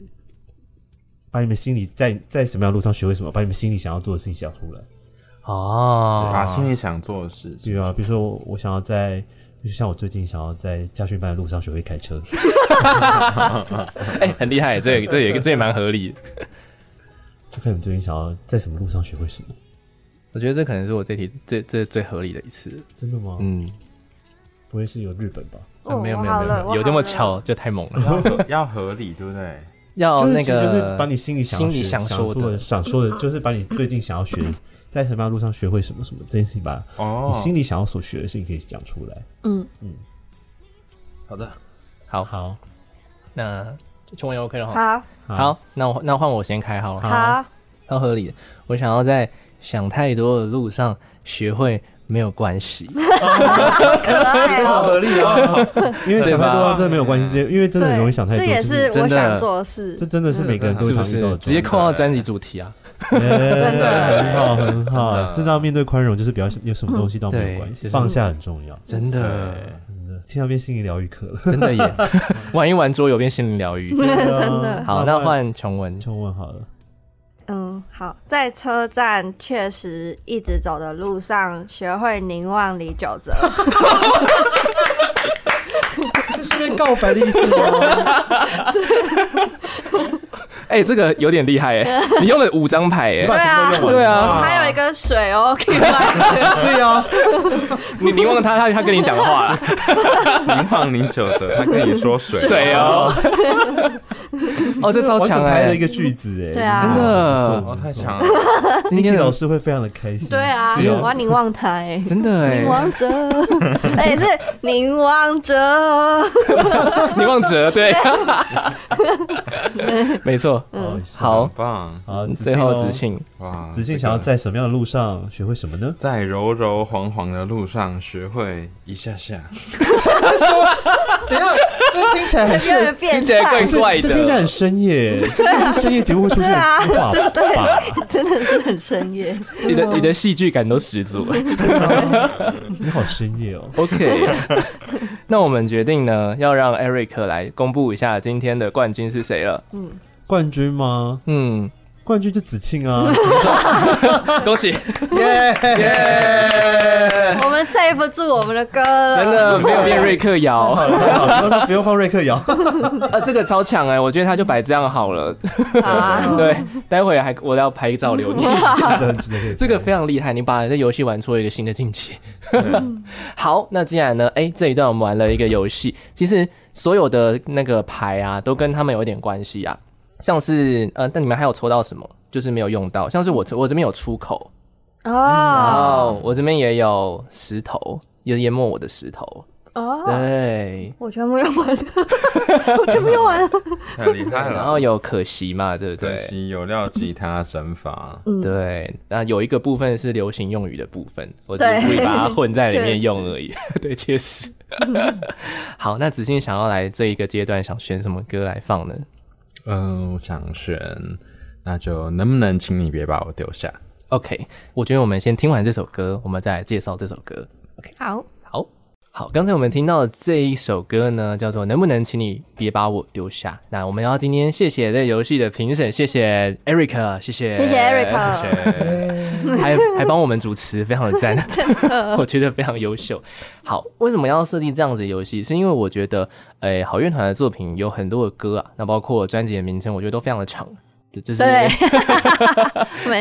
[SPEAKER 5] 把你们心里在在什么样的路上学会什么，把你们心里想要做的事情想出来。
[SPEAKER 1] 哦，
[SPEAKER 5] 啊
[SPEAKER 3] 把心里想做的事情
[SPEAKER 5] 对啊，比如说我我想要在，就像我最近想要在家训班的路上学会开车。
[SPEAKER 1] 哎、很厉害，这这也这也蛮合理的。
[SPEAKER 5] 就看你最近想要在什么路上学会什么。
[SPEAKER 1] 我觉得这可能是我这题这这最合理的一次。
[SPEAKER 5] 真的吗？
[SPEAKER 1] 嗯，
[SPEAKER 5] 不会是有日本吧？
[SPEAKER 1] 啊
[SPEAKER 2] 哦
[SPEAKER 1] 没有
[SPEAKER 2] 我
[SPEAKER 1] 没有
[SPEAKER 2] 好
[SPEAKER 1] 没
[SPEAKER 2] 了
[SPEAKER 1] 有，
[SPEAKER 2] 我
[SPEAKER 1] 有这么
[SPEAKER 2] 好了
[SPEAKER 1] 巧就太猛了。
[SPEAKER 3] 要合要合理，对不对？
[SPEAKER 1] 要
[SPEAKER 5] 就是
[SPEAKER 1] 哦那
[SPEAKER 5] 其实就是
[SPEAKER 1] 个
[SPEAKER 5] 把你心里想要
[SPEAKER 1] 心里
[SPEAKER 5] 学
[SPEAKER 1] 想
[SPEAKER 5] 说
[SPEAKER 1] 说的
[SPEAKER 5] 想说 的，就是把你最近想要学，在什么样的路上学会什么什么这件事情，把
[SPEAKER 3] 哦
[SPEAKER 5] 你，心里想要所学的事情可以讲出来。
[SPEAKER 2] 嗯，
[SPEAKER 3] 好的，
[SPEAKER 1] 好，
[SPEAKER 5] 好，
[SPEAKER 1] 那中文 OK 了哈。
[SPEAKER 2] 好
[SPEAKER 1] 好，那我那换我先哦开好了，
[SPEAKER 2] 好，
[SPEAKER 1] 超合理的。我想要在想太多的路上学会没有关 系。
[SPEAKER 2] 可爱
[SPEAKER 5] 好
[SPEAKER 2] 哦，
[SPEAKER 5] 合理啊！因为想太多
[SPEAKER 1] 对吧
[SPEAKER 5] 了真的没有关系，这因为真的很容易想太
[SPEAKER 2] 对
[SPEAKER 5] 多，
[SPEAKER 2] 这也
[SPEAKER 5] 就是
[SPEAKER 1] 真
[SPEAKER 2] 我
[SPEAKER 1] 的
[SPEAKER 2] 想做的事
[SPEAKER 5] 这，真的是每个人都
[SPEAKER 1] 是不
[SPEAKER 5] 常
[SPEAKER 1] 是
[SPEAKER 5] 遇到的
[SPEAKER 1] 直接
[SPEAKER 5] 状
[SPEAKER 1] 扣到专辑主题啊？
[SPEAKER 5] 况，真
[SPEAKER 2] 的
[SPEAKER 5] 很好很好，
[SPEAKER 3] 的
[SPEAKER 5] 真的要面对宽容，就是不要有什么东西都没有关
[SPEAKER 1] 对就
[SPEAKER 5] 系，
[SPEAKER 1] 是
[SPEAKER 5] 放下很重要。
[SPEAKER 1] 真的，
[SPEAKER 5] 真的，听到变心理疗愈课了，
[SPEAKER 1] 真的耶！玩一玩桌游变心灵疗愈。
[SPEAKER 5] 真
[SPEAKER 2] 的
[SPEAKER 1] 好，那换琼文。
[SPEAKER 5] 就问好了。
[SPEAKER 2] 嗯，好，在车站确实一直走的路上，学会凝望李玖哲，
[SPEAKER 5] 这是被告白的意思吗？
[SPEAKER 1] 哎，这个有点厉害哎，你用了五张牌
[SPEAKER 5] 你
[SPEAKER 1] 哎
[SPEAKER 5] 把。全部用完
[SPEAKER 1] 对啊
[SPEAKER 5] 了
[SPEAKER 2] 还有一个水哦， 可以卖。
[SPEAKER 5] 是啊，
[SPEAKER 1] 你你忘了他他他跟你讲的话了，
[SPEAKER 3] 零望零九折，他跟你说水
[SPEAKER 1] 水哦， 哦这超
[SPEAKER 5] 完
[SPEAKER 1] 强
[SPEAKER 5] 全
[SPEAKER 1] 哎
[SPEAKER 5] 排了一，个句子哎，
[SPEAKER 2] 对啊
[SPEAKER 1] 真的
[SPEAKER 5] 不错
[SPEAKER 3] 哦，太。强
[SPEAKER 5] 不错
[SPEAKER 3] 了，
[SPEAKER 1] 今天
[SPEAKER 5] Niki
[SPEAKER 1] 的
[SPEAKER 5] 老师会非常的开心。
[SPEAKER 2] 对啊，
[SPEAKER 5] 是
[SPEAKER 2] 我要凝望他哎、
[SPEAKER 1] 真的哦 哎
[SPEAKER 2] 凝，望着，哎、是凝望着，
[SPEAKER 1] 你忘哲对，没错，
[SPEAKER 5] 哦，
[SPEAKER 1] 好
[SPEAKER 3] 很，棒
[SPEAKER 5] 好，
[SPEAKER 1] 最后
[SPEAKER 5] 子
[SPEAKER 1] 子
[SPEAKER 5] 信
[SPEAKER 1] 信，
[SPEAKER 3] 哇！
[SPEAKER 5] 哦，子信
[SPEAKER 3] 这
[SPEAKER 5] 想要
[SPEAKER 3] 个
[SPEAKER 5] 在什么样的路上学会什么呢？
[SPEAKER 3] 在柔柔黄黄的路上学会一下下，
[SPEAKER 5] 等一下，这听起 来很
[SPEAKER 2] 有点变
[SPEAKER 1] 哎听起来
[SPEAKER 2] 态
[SPEAKER 1] 更，怪
[SPEAKER 5] 这听起来
[SPEAKER 1] 的，
[SPEAKER 5] 很深 夜，这是啊深夜节目会出现的话吧？
[SPEAKER 2] 啊真的是很深夜。
[SPEAKER 1] 你的你的戏剧感都十足。
[SPEAKER 5] 你好深夜哦，
[SPEAKER 1] OK，那我们决定呢，要让 Eric 来公布一下今天的冠军是谁了。
[SPEAKER 2] 嗯，
[SPEAKER 5] 冠军吗？
[SPEAKER 1] 嗯，
[SPEAKER 5] 冠军就子 庆啊！
[SPEAKER 1] 恭喜，
[SPEAKER 5] 耶，
[SPEAKER 2] 我们 save 不住我们的歌了，
[SPEAKER 1] 哎真的没有变瑞克摇
[SPEAKER 5] 好了好了，不用放瑞克摇。
[SPEAKER 1] 啊，这个超强哎，我觉得他就摆这样好了。
[SPEAKER 2] 好 啊，
[SPEAKER 1] 对，待会还我要拍照留念。
[SPEAKER 5] 真的很值得可以
[SPEAKER 1] 这个非常厉害，你把这游戏玩出了一个新的境界。
[SPEAKER 2] 嗯
[SPEAKER 1] 好，那既然呢，哎、这一段我们玩了一个游戏，其实所有的那个牌啊，都跟他们有一点关系啊。像是呃，那你们还有抽到什么？就是没有用到，像是我我这边有出口，然后
[SPEAKER 2] 哦
[SPEAKER 1] 我这边也有石头，也淹没我的石头。
[SPEAKER 2] 哦，
[SPEAKER 1] 对，
[SPEAKER 2] 我全部用完了，我全部用完了，
[SPEAKER 3] 太厉害
[SPEAKER 1] 然
[SPEAKER 3] 了。
[SPEAKER 1] 后有可惜嘛，对不
[SPEAKER 3] 可
[SPEAKER 1] 对？
[SPEAKER 3] 惜有料吉他整法，
[SPEAKER 2] 嗯
[SPEAKER 1] 对，那有一个部分是流行用语的部分，我只
[SPEAKER 2] 对
[SPEAKER 1] 是故意把它混在里
[SPEAKER 2] 确
[SPEAKER 1] 面
[SPEAKER 2] 实
[SPEAKER 1] 用而已。 对，确 实。好，那子欣想要来这一个阶段，想选什么歌来放呢？
[SPEAKER 3] 嗯，我想选，那就能不能请你别把我丢下？
[SPEAKER 1] OK，我觉得我们先听完这首歌，我们再来介绍这首歌。
[SPEAKER 2] 好，
[SPEAKER 1] 好好，刚才我们听到的这一首歌呢，叫做《能不能请你别把我丢下》。那我们要今天谢谢这游戏的评审，谢谢 Eric，谢谢
[SPEAKER 2] 谢谢 Eric，
[SPEAKER 1] 还还帮我们主持，非常的赞， 我觉得非常优秀。好，为什么要设计这样子的游戏？是因为我觉得，诶、好乐团的作品有很多的歌啊，那包括专辑的名称，我觉得都非常的长，这就是
[SPEAKER 2] 对，没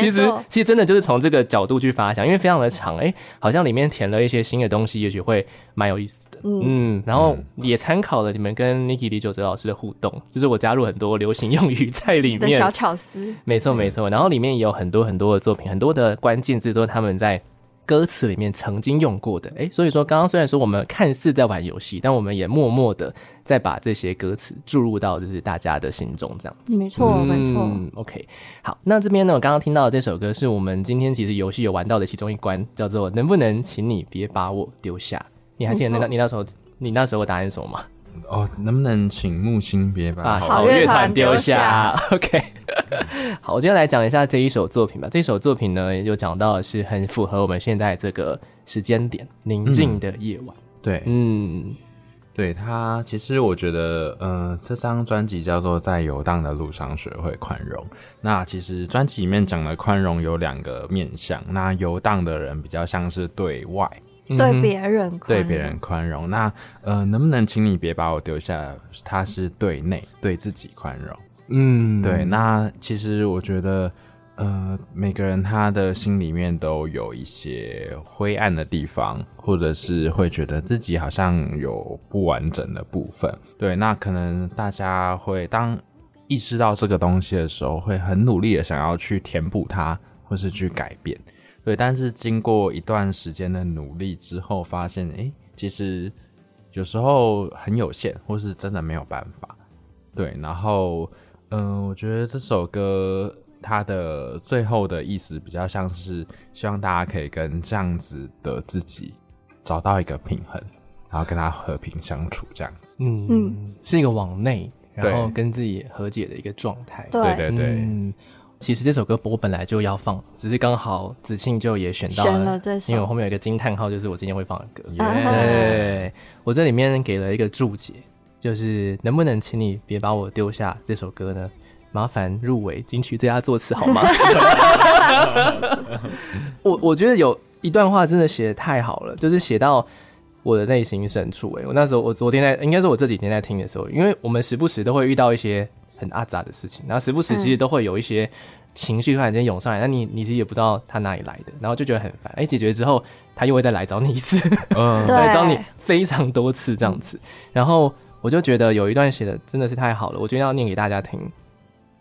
[SPEAKER 1] 其实
[SPEAKER 2] 错，
[SPEAKER 1] 其实真的就是从这个角度去发想，因为非常的长，哎、好像里面填了一些新的东西，也许会蛮有意思的。嗯，然后也参考了你们跟 Niki 李玖哲老师的互动，就是我加入很多流行用语在里
[SPEAKER 2] 的
[SPEAKER 1] 面
[SPEAKER 2] 小。巧思，
[SPEAKER 1] 没错没错，然后里面也有很多很多的作品，很多的关键字都是他们在。歌词里面曾经用过的，哎、所以说刚刚虽然说我们看似在玩游戏，但我们也默默的在把这些歌词注入到就是大家的心中，这样。
[SPEAKER 2] 没错，没错，
[SPEAKER 1] 嗯，OK，好，那这边呢，我刚刚听到的这首歌是我们今天其实游戏有玩到的其中一关，叫做“能不能请你别把我丢下”。你还记得那
[SPEAKER 2] 没错
[SPEAKER 1] 你那时候你那时候的答案是什么吗？
[SPEAKER 3] 哦，能不能请木星别把
[SPEAKER 1] 把
[SPEAKER 3] 我
[SPEAKER 1] 啊好
[SPEAKER 2] 好乐
[SPEAKER 1] 乐团
[SPEAKER 2] 团
[SPEAKER 1] 丢
[SPEAKER 2] 丢
[SPEAKER 1] 下。OK，好，我今天来讲一下这一首作品吧。这首作品呢，有讲到的是很符合我们现在这个时间点，宁静的夜晚。
[SPEAKER 3] 对，
[SPEAKER 1] 嗯，
[SPEAKER 3] 对他，其实我觉得，呃，这张专辑叫做《在游荡的路上学会宽容》。那其实专辑里面讲的宽容有两个面向，那游荡的人比较像是对外
[SPEAKER 1] 嗯
[SPEAKER 2] 对别人，
[SPEAKER 3] 对别人，宽容，那呃，能不能请你别把我丢下？他是对内对自己宽容。
[SPEAKER 1] 嗯，
[SPEAKER 3] 对，那其实我觉得，呃，每个人他的心里面都有一些灰暗的地方，或者是会觉得自己好像有不完整的部分。对，那可能大家会当意识到这个东西的时候，会很努力的想要去填补它，或是去改变。对，但是经过一段时间的努力之后，发现，诶，其实有时候很有限，或是真的没有办法。对，然后，嗯、我觉得这首歌它的最后的意思比较像是希望大家可以跟这样子的自己找到一个平衡，然后跟他和平相处，这样子。
[SPEAKER 1] 嗯嗯
[SPEAKER 2] 嗯，
[SPEAKER 1] 是一个往内，然
[SPEAKER 3] 对
[SPEAKER 1] 后跟自己和解的一个状态。
[SPEAKER 3] 对
[SPEAKER 2] 对，
[SPEAKER 3] 对对，
[SPEAKER 1] 嗯，其实这首歌我本来就要放，只是刚好子庆就也选到
[SPEAKER 2] 选了这首
[SPEAKER 1] 因为我后面有一个惊叹号，就是我今天会放的歌。
[SPEAKER 3] 哦
[SPEAKER 2] 耶
[SPEAKER 1] 对，我这里面给了一个注解，就是能不能请你别把我丢下这首歌呢？麻烦入围金曲最佳作词好吗？我我觉得有一段话真的写的太好了，就是写到我的内心深处、欸。我那时候，我昨天在，应该是我这几天在听的时候，因为我们时不时都会遇到一些很阿杂的事情，然后时不时其实都会有一些情绪突然间涌上来，那你你自己也不知道它哪里来的，然后就觉得很烦。哎、解决之后，他又会再来找你一次，
[SPEAKER 3] 嗯
[SPEAKER 2] 对
[SPEAKER 1] 来找你非常多次这样子。然后我就觉得有一段写的真的是太好了，我觉得要念给大家听。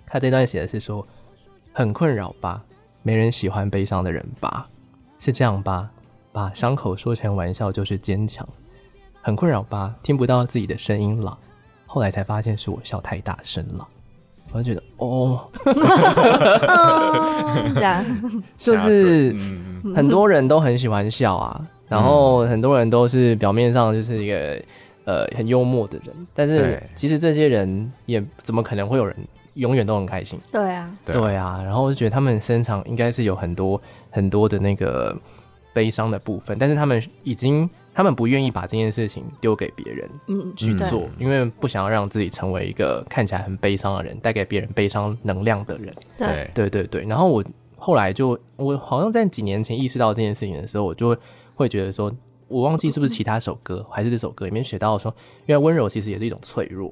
[SPEAKER 1] 他这段写的是说，很困扰吧，没人喜欢悲伤的人吧，是这样吧？把伤口说成玩笑就是坚强，很困扰吧，听不到自己的声音了。后来才发现是我笑太大声了，我就觉得哦，
[SPEAKER 2] 嗯这样，
[SPEAKER 1] 就是
[SPEAKER 3] 嗯
[SPEAKER 1] 很多人都很喜欢笑啊，然后很多人都是表面上就是一个呃很幽默的人，但是
[SPEAKER 3] 对
[SPEAKER 1] 其实这些人也怎么可能会有人永远都很开心？
[SPEAKER 2] 对啊，
[SPEAKER 3] 对
[SPEAKER 1] 对啊，然后我就觉得他们身上应该是有很多很多的那个悲伤的部分，但是他们已经他们不愿意把这件事情丢给别人
[SPEAKER 2] 嗯，
[SPEAKER 1] 去
[SPEAKER 2] 对
[SPEAKER 1] 做，因为不想要让自己成为一个看起来很悲伤的人，带给别人悲伤能量的人。
[SPEAKER 2] 对，
[SPEAKER 1] 对
[SPEAKER 3] 对
[SPEAKER 1] 对对，然后我后来就我好像在几年前意识到这件事情的时候，我就会觉得说，我忘记是不是其他首
[SPEAKER 2] 嗯
[SPEAKER 1] 歌，还是这首歌里面学到说，原来温柔其实也是一种脆弱，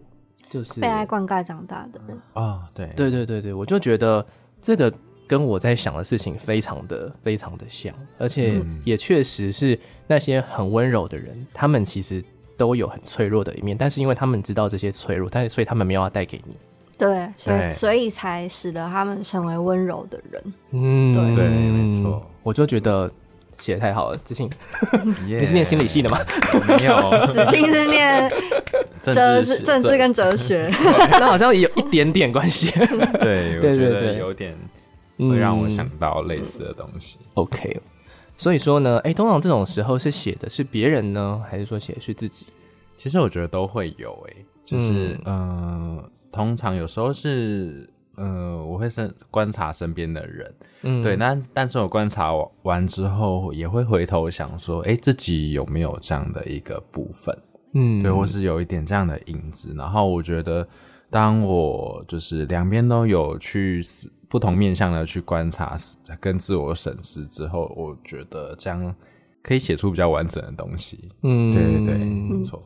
[SPEAKER 1] 就是
[SPEAKER 2] 被爱灌溉长大的人，
[SPEAKER 3] 啊，对
[SPEAKER 1] 对对对对，我就觉得这个跟我在想的事情非常的非常的像，而且
[SPEAKER 3] 嗯
[SPEAKER 1] 也确实是那些很温柔的人，他们其实都有很脆弱的一面，但是因为他们知道这些脆弱，但是所以他们没有要带给你。
[SPEAKER 2] 对，所
[SPEAKER 3] 对
[SPEAKER 2] 以所以才使得他们成为温柔的人，
[SPEAKER 1] 嗯，
[SPEAKER 2] 对
[SPEAKER 3] 对没错，
[SPEAKER 1] 我就觉得写的太好了，自信。
[SPEAKER 3] 耶
[SPEAKER 1] 你是念心理系的吗？
[SPEAKER 3] 没有，
[SPEAKER 2] 子庆是念
[SPEAKER 3] 政
[SPEAKER 2] 哲
[SPEAKER 3] 治
[SPEAKER 2] 治、政治跟哲学，
[SPEAKER 1] 那好像也有一点点关系。
[SPEAKER 3] 对，我
[SPEAKER 1] 对对对
[SPEAKER 3] 觉
[SPEAKER 1] 嗯
[SPEAKER 3] 得有点 会让我想到类似的东西。
[SPEAKER 1] OK，所以说呢，哎、通常这种时候是写的是别人呢，还是说写的是自己？
[SPEAKER 3] 欸其实我觉得都会有诶、就是嗯、呃通常有时候是，呃，我会身观察身边的人，
[SPEAKER 1] 嗯
[SPEAKER 3] 对，那但是我观察完之后，也会回头想说，哎、自己有没有这样的一个部分，
[SPEAKER 1] 嗯
[SPEAKER 3] 对，或是有一点这样的影子。然后我觉得，当我就是两边都有去思不同面向的去观察思跟自我审视之后，我觉得这样可以写出比较完整的东西。
[SPEAKER 1] 嗯
[SPEAKER 3] 对对对，没错。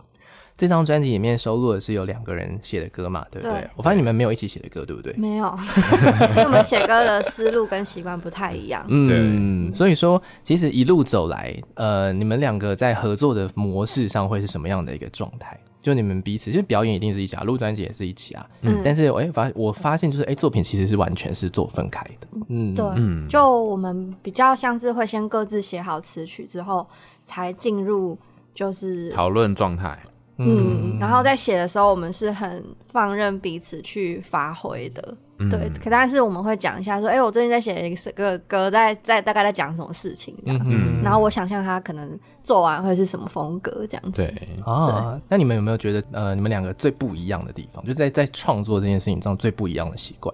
[SPEAKER 1] 这张专辑里面收录的是有两个人写的歌嘛，对不对？
[SPEAKER 2] 对
[SPEAKER 1] 我发现你们没有一起写的歌，对不对？
[SPEAKER 2] 没有， 因为我们写歌的思路跟习惯不太一样。
[SPEAKER 1] 嗯，所以说，其实一路走来，呃，你们两个在合作的模式上会是什么样的一个状态？就你们彼此，其实表演一定是一起啊，录专辑也是一起啊，
[SPEAKER 2] 嗯
[SPEAKER 1] 但是哎、发我发现就是哎、作品其实是完全是做分开的，嗯，
[SPEAKER 2] 对，
[SPEAKER 3] 嗯
[SPEAKER 2] 就我们比较像是会先各自写好词曲之后，才进入就是
[SPEAKER 3] 讨论状态，
[SPEAKER 2] 嗯，然后在写的时候，我们是很放任彼此去发挥的，
[SPEAKER 3] 嗯
[SPEAKER 2] 对。可但是我们会讲一下说，哎、我最近在写一个歌，在在大概在讲什么事情这样，
[SPEAKER 1] 嗯
[SPEAKER 2] 然后我想象他可能做完会是什么风格这样子。
[SPEAKER 3] 对，
[SPEAKER 1] 啊，那你们有没有觉得呃，你们两个最不一样的地方，就在在创作这件事情上最不一样的习惯？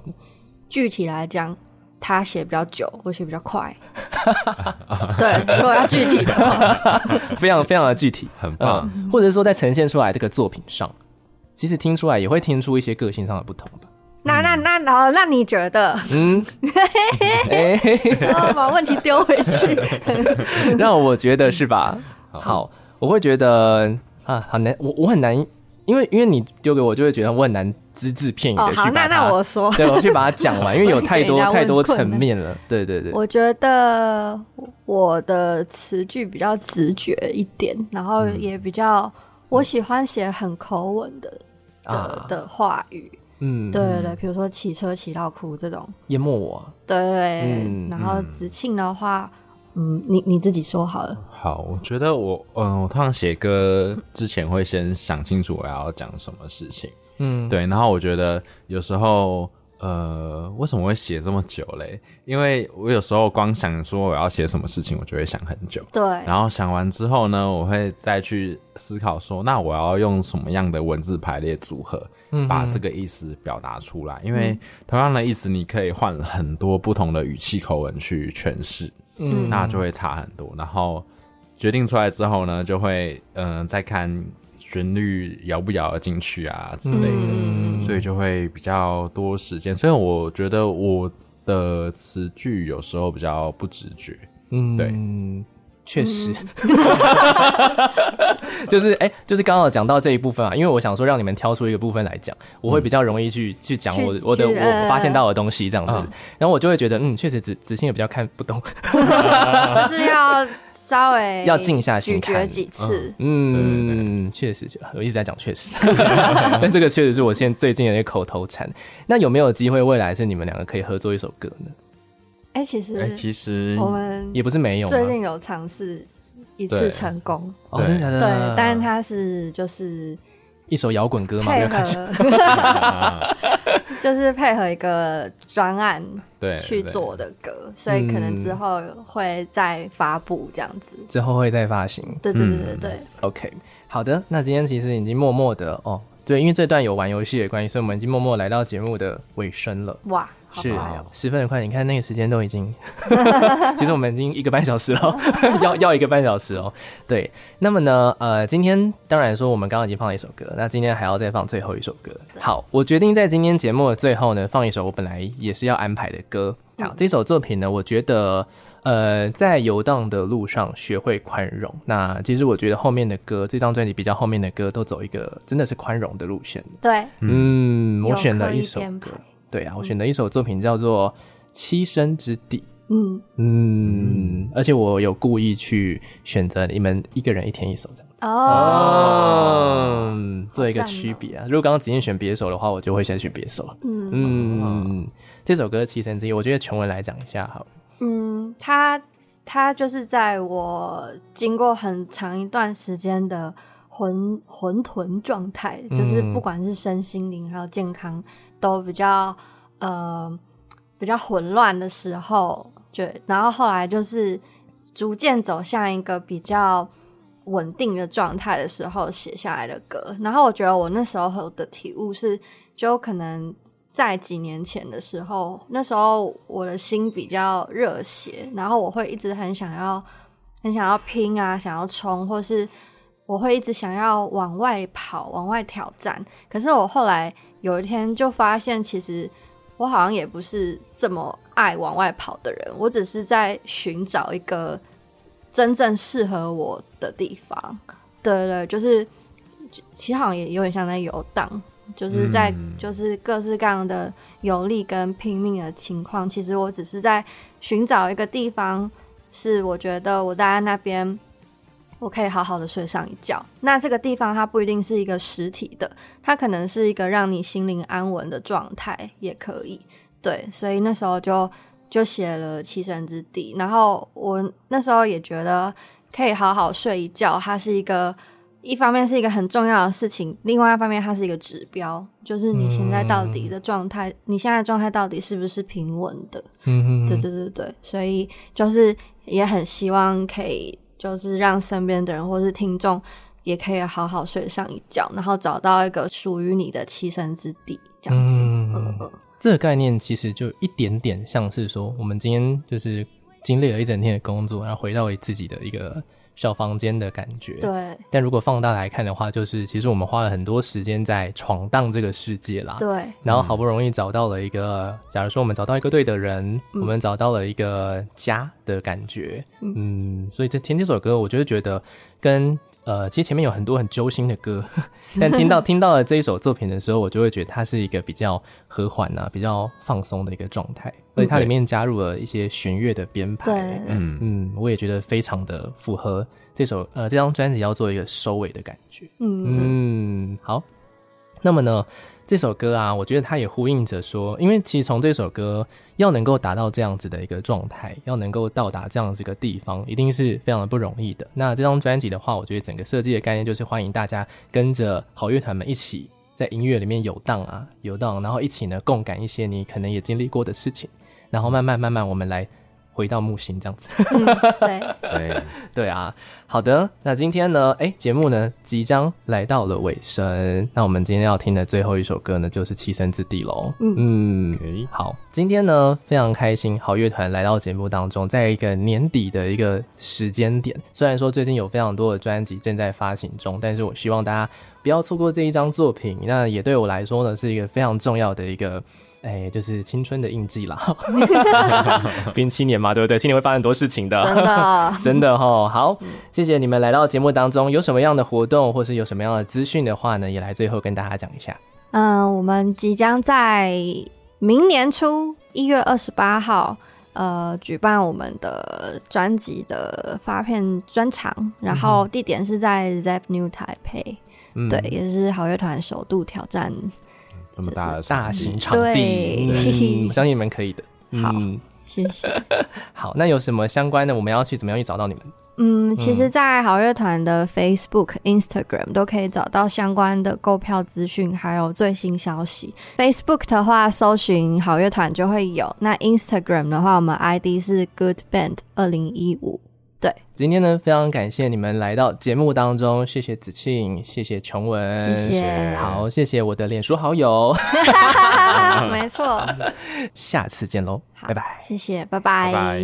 [SPEAKER 2] 具体来讲，他写比较久，我写比较快。对，如果要具体的话，
[SPEAKER 1] 非常非常的具体，
[SPEAKER 3] 很棒
[SPEAKER 1] 嗯或者说在呈现出来这个作品上，其实听出来也会听出一些个性上的不同吧。
[SPEAKER 2] 那那那，然后让你觉得，
[SPEAKER 1] 嗯，哎、
[SPEAKER 2] 哦把问题丢回 去。
[SPEAKER 1] 让我觉得是吧？好，我会觉得啊，好难，我我很难，因为因为你丢给我，就会觉得我很难只字片语
[SPEAKER 2] 哦
[SPEAKER 1] 的，去
[SPEAKER 2] 好，那
[SPEAKER 1] 把它，
[SPEAKER 2] 那我说，
[SPEAKER 1] 对我去把它讲完，因为有太多
[SPEAKER 2] 我以为你要问
[SPEAKER 1] 太多
[SPEAKER 2] 困
[SPEAKER 1] 层
[SPEAKER 2] 难
[SPEAKER 1] 面了。对对对，
[SPEAKER 2] 我觉得我的词句比较直觉一点，然后
[SPEAKER 1] 嗯
[SPEAKER 2] 也比较、我喜欢写很口吻的的、
[SPEAKER 1] 啊
[SPEAKER 2] 的话语，
[SPEAKER 1] 嗯，
[SPEAKER 2] 对对对，比如说骑车骑到哭这种，
[SPEAKER 1] 淹没我，
[SPEAKER 2] 对对对
[SPEAKER 1] 嗯
[SPEAKER 2] 然后子庆的话，嗯，你你自己说好了，
[SPEAKER 3] 好，我觉得我，嗯，我通常写歌之前会先想清楚我要讲什么事情，
[SPEAKER 1] 嗯，
[SPEAKER 3] 对，然后我觉得有时候，呃，为什么会写这么久嘞？因为我有时候光想说我要写什么事情，我就会想很久，
[SPEAKER 2] 对，
[SPEAKER 1] 啊
[SPEAKER 3] 然后想完之后呢，我会再去思考说，那我要用什么样的文字排列组合，
[SPEAKER 1] 嗯
[SPEAKER 3] 把这个意思表达出来？因为同样的意思，你可以换很多不同的语气口吻去诠释，
[SPEAKER 2] 嗯
[SPEAKER 3] 那就会差很多。然后决定出来之后呢，就会嗯、呃再看旋律摇不摇得进去啊之类的，
[SPEAKER 2] 嗯
[SPEAKER 3] 所以就会比较多时间。所以我觉得我的词句有时候比较不直觉，
[SPEAKER 1] 嗯，
[SPEAKER 3] 对
[SPEAKER 1] 对，确实，
[SPEAKER 2] 嗯
[SPEAKER 1] 就是哎、就是刚好讲到这一部分啊，因为我想说让你们挑出一个部分来讲，我会比较容易去、去讲我
[SPEAKER 2] 去
[SPEAKER 1] 我的
[SPEAKER 2] 去呃
[SPEAKER 1] 我发现到的东西这样子，
[SPEAKER 3] 嗯
[SPEAKER 1] 然后我就会觉得嗯，确实子子欣也比较看不懂，
[SPEAKER 2] 就是要稍微
[SPEAKER 1] 要静下心
[SPEAKER 2] 咀嚼
[SPEAKER 1] 看
[SPEAKER 2] 几次，
[SPEAKER 1] 嗯，确实，我一直在讲确 实，但这个确实是我现在最近的一个口头禅。那有没有机会未来是你们两个可以合作一首歌呢？
[SPEAKER 2] 哎、其实、
[SPEAKER 3] 哎、其实
[SPEAKER 2] 我们
[SPEAKER 1] 也不是没有啊吗，
[SPEAKER 2] 最近有尝试一次
[SPEAKER 3] 对
[SPEAKER 2] 成功，
[SPEAKER 1] 哦，真的假的？
[SPEAKER 2] 对，但是它是就是
[SPEAKER 1] 一首摇滚歌嘛，
[SPEAKER 2] 配
[SPEAKER 1] 就开始
[SPEAKER 2] 合， 就是配合一个专案
[SPEAKER 3] 对
[SPEAKER 2] 去做。的
[SPEAKER 1] 嗯
[SPEAKER 2] 歌，所以可能之后会再发布这样子。
[SPEAKER 1] 之后会再发行。
[SPEAKER 2] 对对对对对，
[SPEAKER 1] OK，好的，那今天其实已经默默的哦，对，因为这段有玩游戏的关系，所以我们已经默默来到节目的尾声了。
[SPEAKER 2] 哇，好
[SPEAKER 1] 是
[SPEAKER 2] 快哦！
[SPEAKER 1] 十分的快，你看那个时间都已 经，其实我们已经一个半小时了，要要一个半小时哦。对，那么呢，呃，今天当然说我们刚刚已经放了一首歌，那今天还要再放最后一首歌。好，我决定在今天节目的最后呢，放一首我本来也是要安排的歌。
[SPEAKER 2] 嗯
[SPEAKER 1] 好，这首作品呢，我觉得。呃，在游荡的路上学会宽容。那其实我觉得后面的歌，这张专辑比较后面的歌都走一个真的是宽容的路线。
[SPEAKER 2] 对，
[SPEAKER 1] 嗯，我
[SPEAKER 2] 有
[SPEAKER 1] 选了
[SPEAKER 2] 刻
[SPEAKER 1] 一
[SPEAKER 2] 意
[SPEAKER 1] 首
[SPEAKER 2] 编
[SPEAKER 1] 歌
[SPEAKER 2] 排，
[SPEAKER 1] 对啊，我选了一首作品叫做《栖身之地》。
[SPEAKER 2] 嗯，
[SPEAKER 1] 嗯，而且我有故意去选择你们一个人一天一首这样子，
[SPEAKER 2] 哦，
[SPEAKER 1] 嗯，做一个
[SPEAKER 2] 好赞哦
[SPEAKER 1] 区别啊。如果刚刚子燕选别首的话，我就会先选别首。
[SPEAKER 2] 嗯
[SPEAKER 1] 嗯，这首歌《栖身之地》，我觉得琼文来讲一下好了。
[SPEAKER 2] 嗯，他他就是在我经过很长一段时间的。混混沌状态，就是
[SPEAKER 1] 嗯
[SPEAKER 2] 不管是身心灵还有健康，都比较呃比较混乱的时候，就然后后来就是逐渐走向一个比较稳定的状态的时候写下来的歌。然后我觉得我那时候的体悟是，就可能在几年前的时候，那时候我的心比较热血，然后我会一直很想要、很想要拼啊，想要冲，或是我会一直想要往外跑、往外挑战。可是我后来有一天就发现，其实我好像也不是这么爱往外跑的人，我只是在寻找一个真正适合我的地方。对对对，就是其实好像也有点像在游荡，就是在、
[SPEAKER 3] 嗯
[SPEAKER 2] 就是各式各样的游历跟拼命的情况，其实我只是在寻找一个地方，是我觉得我待在那边。我可以好好的睡上一觉。那这个地方它不一定是一个实体的，它可能是一个让你心灵安稳的状态，也可以。对，所以那时候就就写了《栖身之地》，然后我那时候也觉得可以好好睡一觉，它是一个一方面是一个很重要的事情，另外一方面它是一个指标，就是你现在到底的状态，你现在的状态到底是不是平稳的？
[SPEAKER 1] 嗯
[SPEAKER 2] 对对对对，所以就是也很希望可以，就是让身边的人或是听众也可以好好睡上一觉，然后找到一个属于你的栖身之地，这样子。
[SPEAKER 1] 嗯
[SPEAKER 2] 嗯嗯
[SPEAKER 1] 这个概念其实就一点点像是说，我们今天就是经历了一整天的工作，然后回到为自己的一个小房间的感觉。
[SPEAKER 2] 对
[SPEAKER 1] 但如果放大来看的话，就是其实我们花了很多时间在闯荡这个世界啦。
[SPEAKER 2] 对
[SPEAKER 1] 然后好不容易找到了一个，假如说我们找到一个对的人，
[SPEAKER 2] 嗯
[SPEAKER 1] 我们找到了一个家的感觉，嗯，所以这听这首歌，我就是觉得跟呃，其实前面有很多很揪心的歌， 但听 到听到了这一首作品的时候，我就会觉得它是一个比较和缓啊、比较放松的一个状态，所以它里面加入了一些弦乐的编排，
[SPEAKER 2] 嗯对
[SPEAKER 3] 嗯，
[SPEAKER 1] 嗯，我也觉得非常的符合这首呃这张专辑要做一个收尾的感觉。
[SPEAKER 2] 嗯
[SPEAKER 1] 嗯，好。那么呢，这首歌啊，我觉得它也呼应着说，因为其实从这首歌要能够达到这样子的一个状态，要能够到达这样子一个地方，一定是非常的不容易的。那这张专辑的话，我觉得整个设计的概念就是欢迎大家跟着好乐团们一起。在音乐里面游荡啊，游荡，然后一起呢共感一些你可能也经历过的事情，然后慢慢慢慢我们来回到木星这样子。
[SPEAKER 2] 嗯， 对，
[SPEAKER 3] 对，
[SPEAKER 1] 对啊，好的，那今天呢，哎，节目呢即将来到了尾声，那我们今天要听的最后一首歌呢，就是《栖身之地》喽。嗯
[SPEAKER 3] OK
[SPEAKER 1] 好，今天呢非常开心，好乐团来到节目当中，在一个年底的一个时间点，虽然说最近有非常多的专辑正在发行中，但是我希望大家不要错过这一张作品。那也对我来说呢，是一个非常重要的一 个。哎，就是青春的印记啦， 冰七年嘛，对不对？七年会发生很多事情 的，
[SPEAKER 2] 真 的
[SPEAKER 1] 真的哈，好，
[SPEAKER 2] 嗯
[SPEAKER 1] 谢谢你们来到节目当中。有什么样的活动，或是有什么样的资讯的话呢，也来最后跟大家讲一下。
[SPEAKER 2] 嗯，我们即将在明年初一月二十八号，呃，举办我们的专辑的发片专场，然后地点是在 Zep New 台北，
[SPEAKER 1] 嗯
[SPEAKER 2] 对，也是好乐团首度挑战。
[SPEAKER 3] 这 么大的
[SPEAKER 1] 大型
[SPEAKER 3] 型，
[SPEAKER 1] 场地，
[SPEAKER 2] 对
[SPEAKER 1] 嗯我相信你们可以的。
[SPEAKER 2] 好
[SPEAKER 1] 嗯，
[SPEAKER 2] 谢谢。
[SPEAKER 1] 好，那有什么相关的，我们要去怎么样去找到你们？
[SPEAKER 2] 嗯，其实，在好乐团的 Facebook、Instagram 都可以找到相关的购票资讯，还有最新消息。Facebook 的话，搜寻好乐团就会有。那 Instagram 的话，我们 ID 是 Good Band 二零一五。
[SPEAKER 1] 今天呢，非常感谢你们来到节目当中，谢谢子庆，谢哎谢琼文，
[SPEAKER 2] 谢谢
[SPEAKER 1] 好，谢谢我的脸书好友，
[SPEAKER 2] 没错，
[SPEAKER 1] 下次见喽，
[SPEAKER 2] 好
[SPEAKER 1] 拜拜。
[SPEAKER 2] 谢谢，
[SPEAKER 3] 拜拜。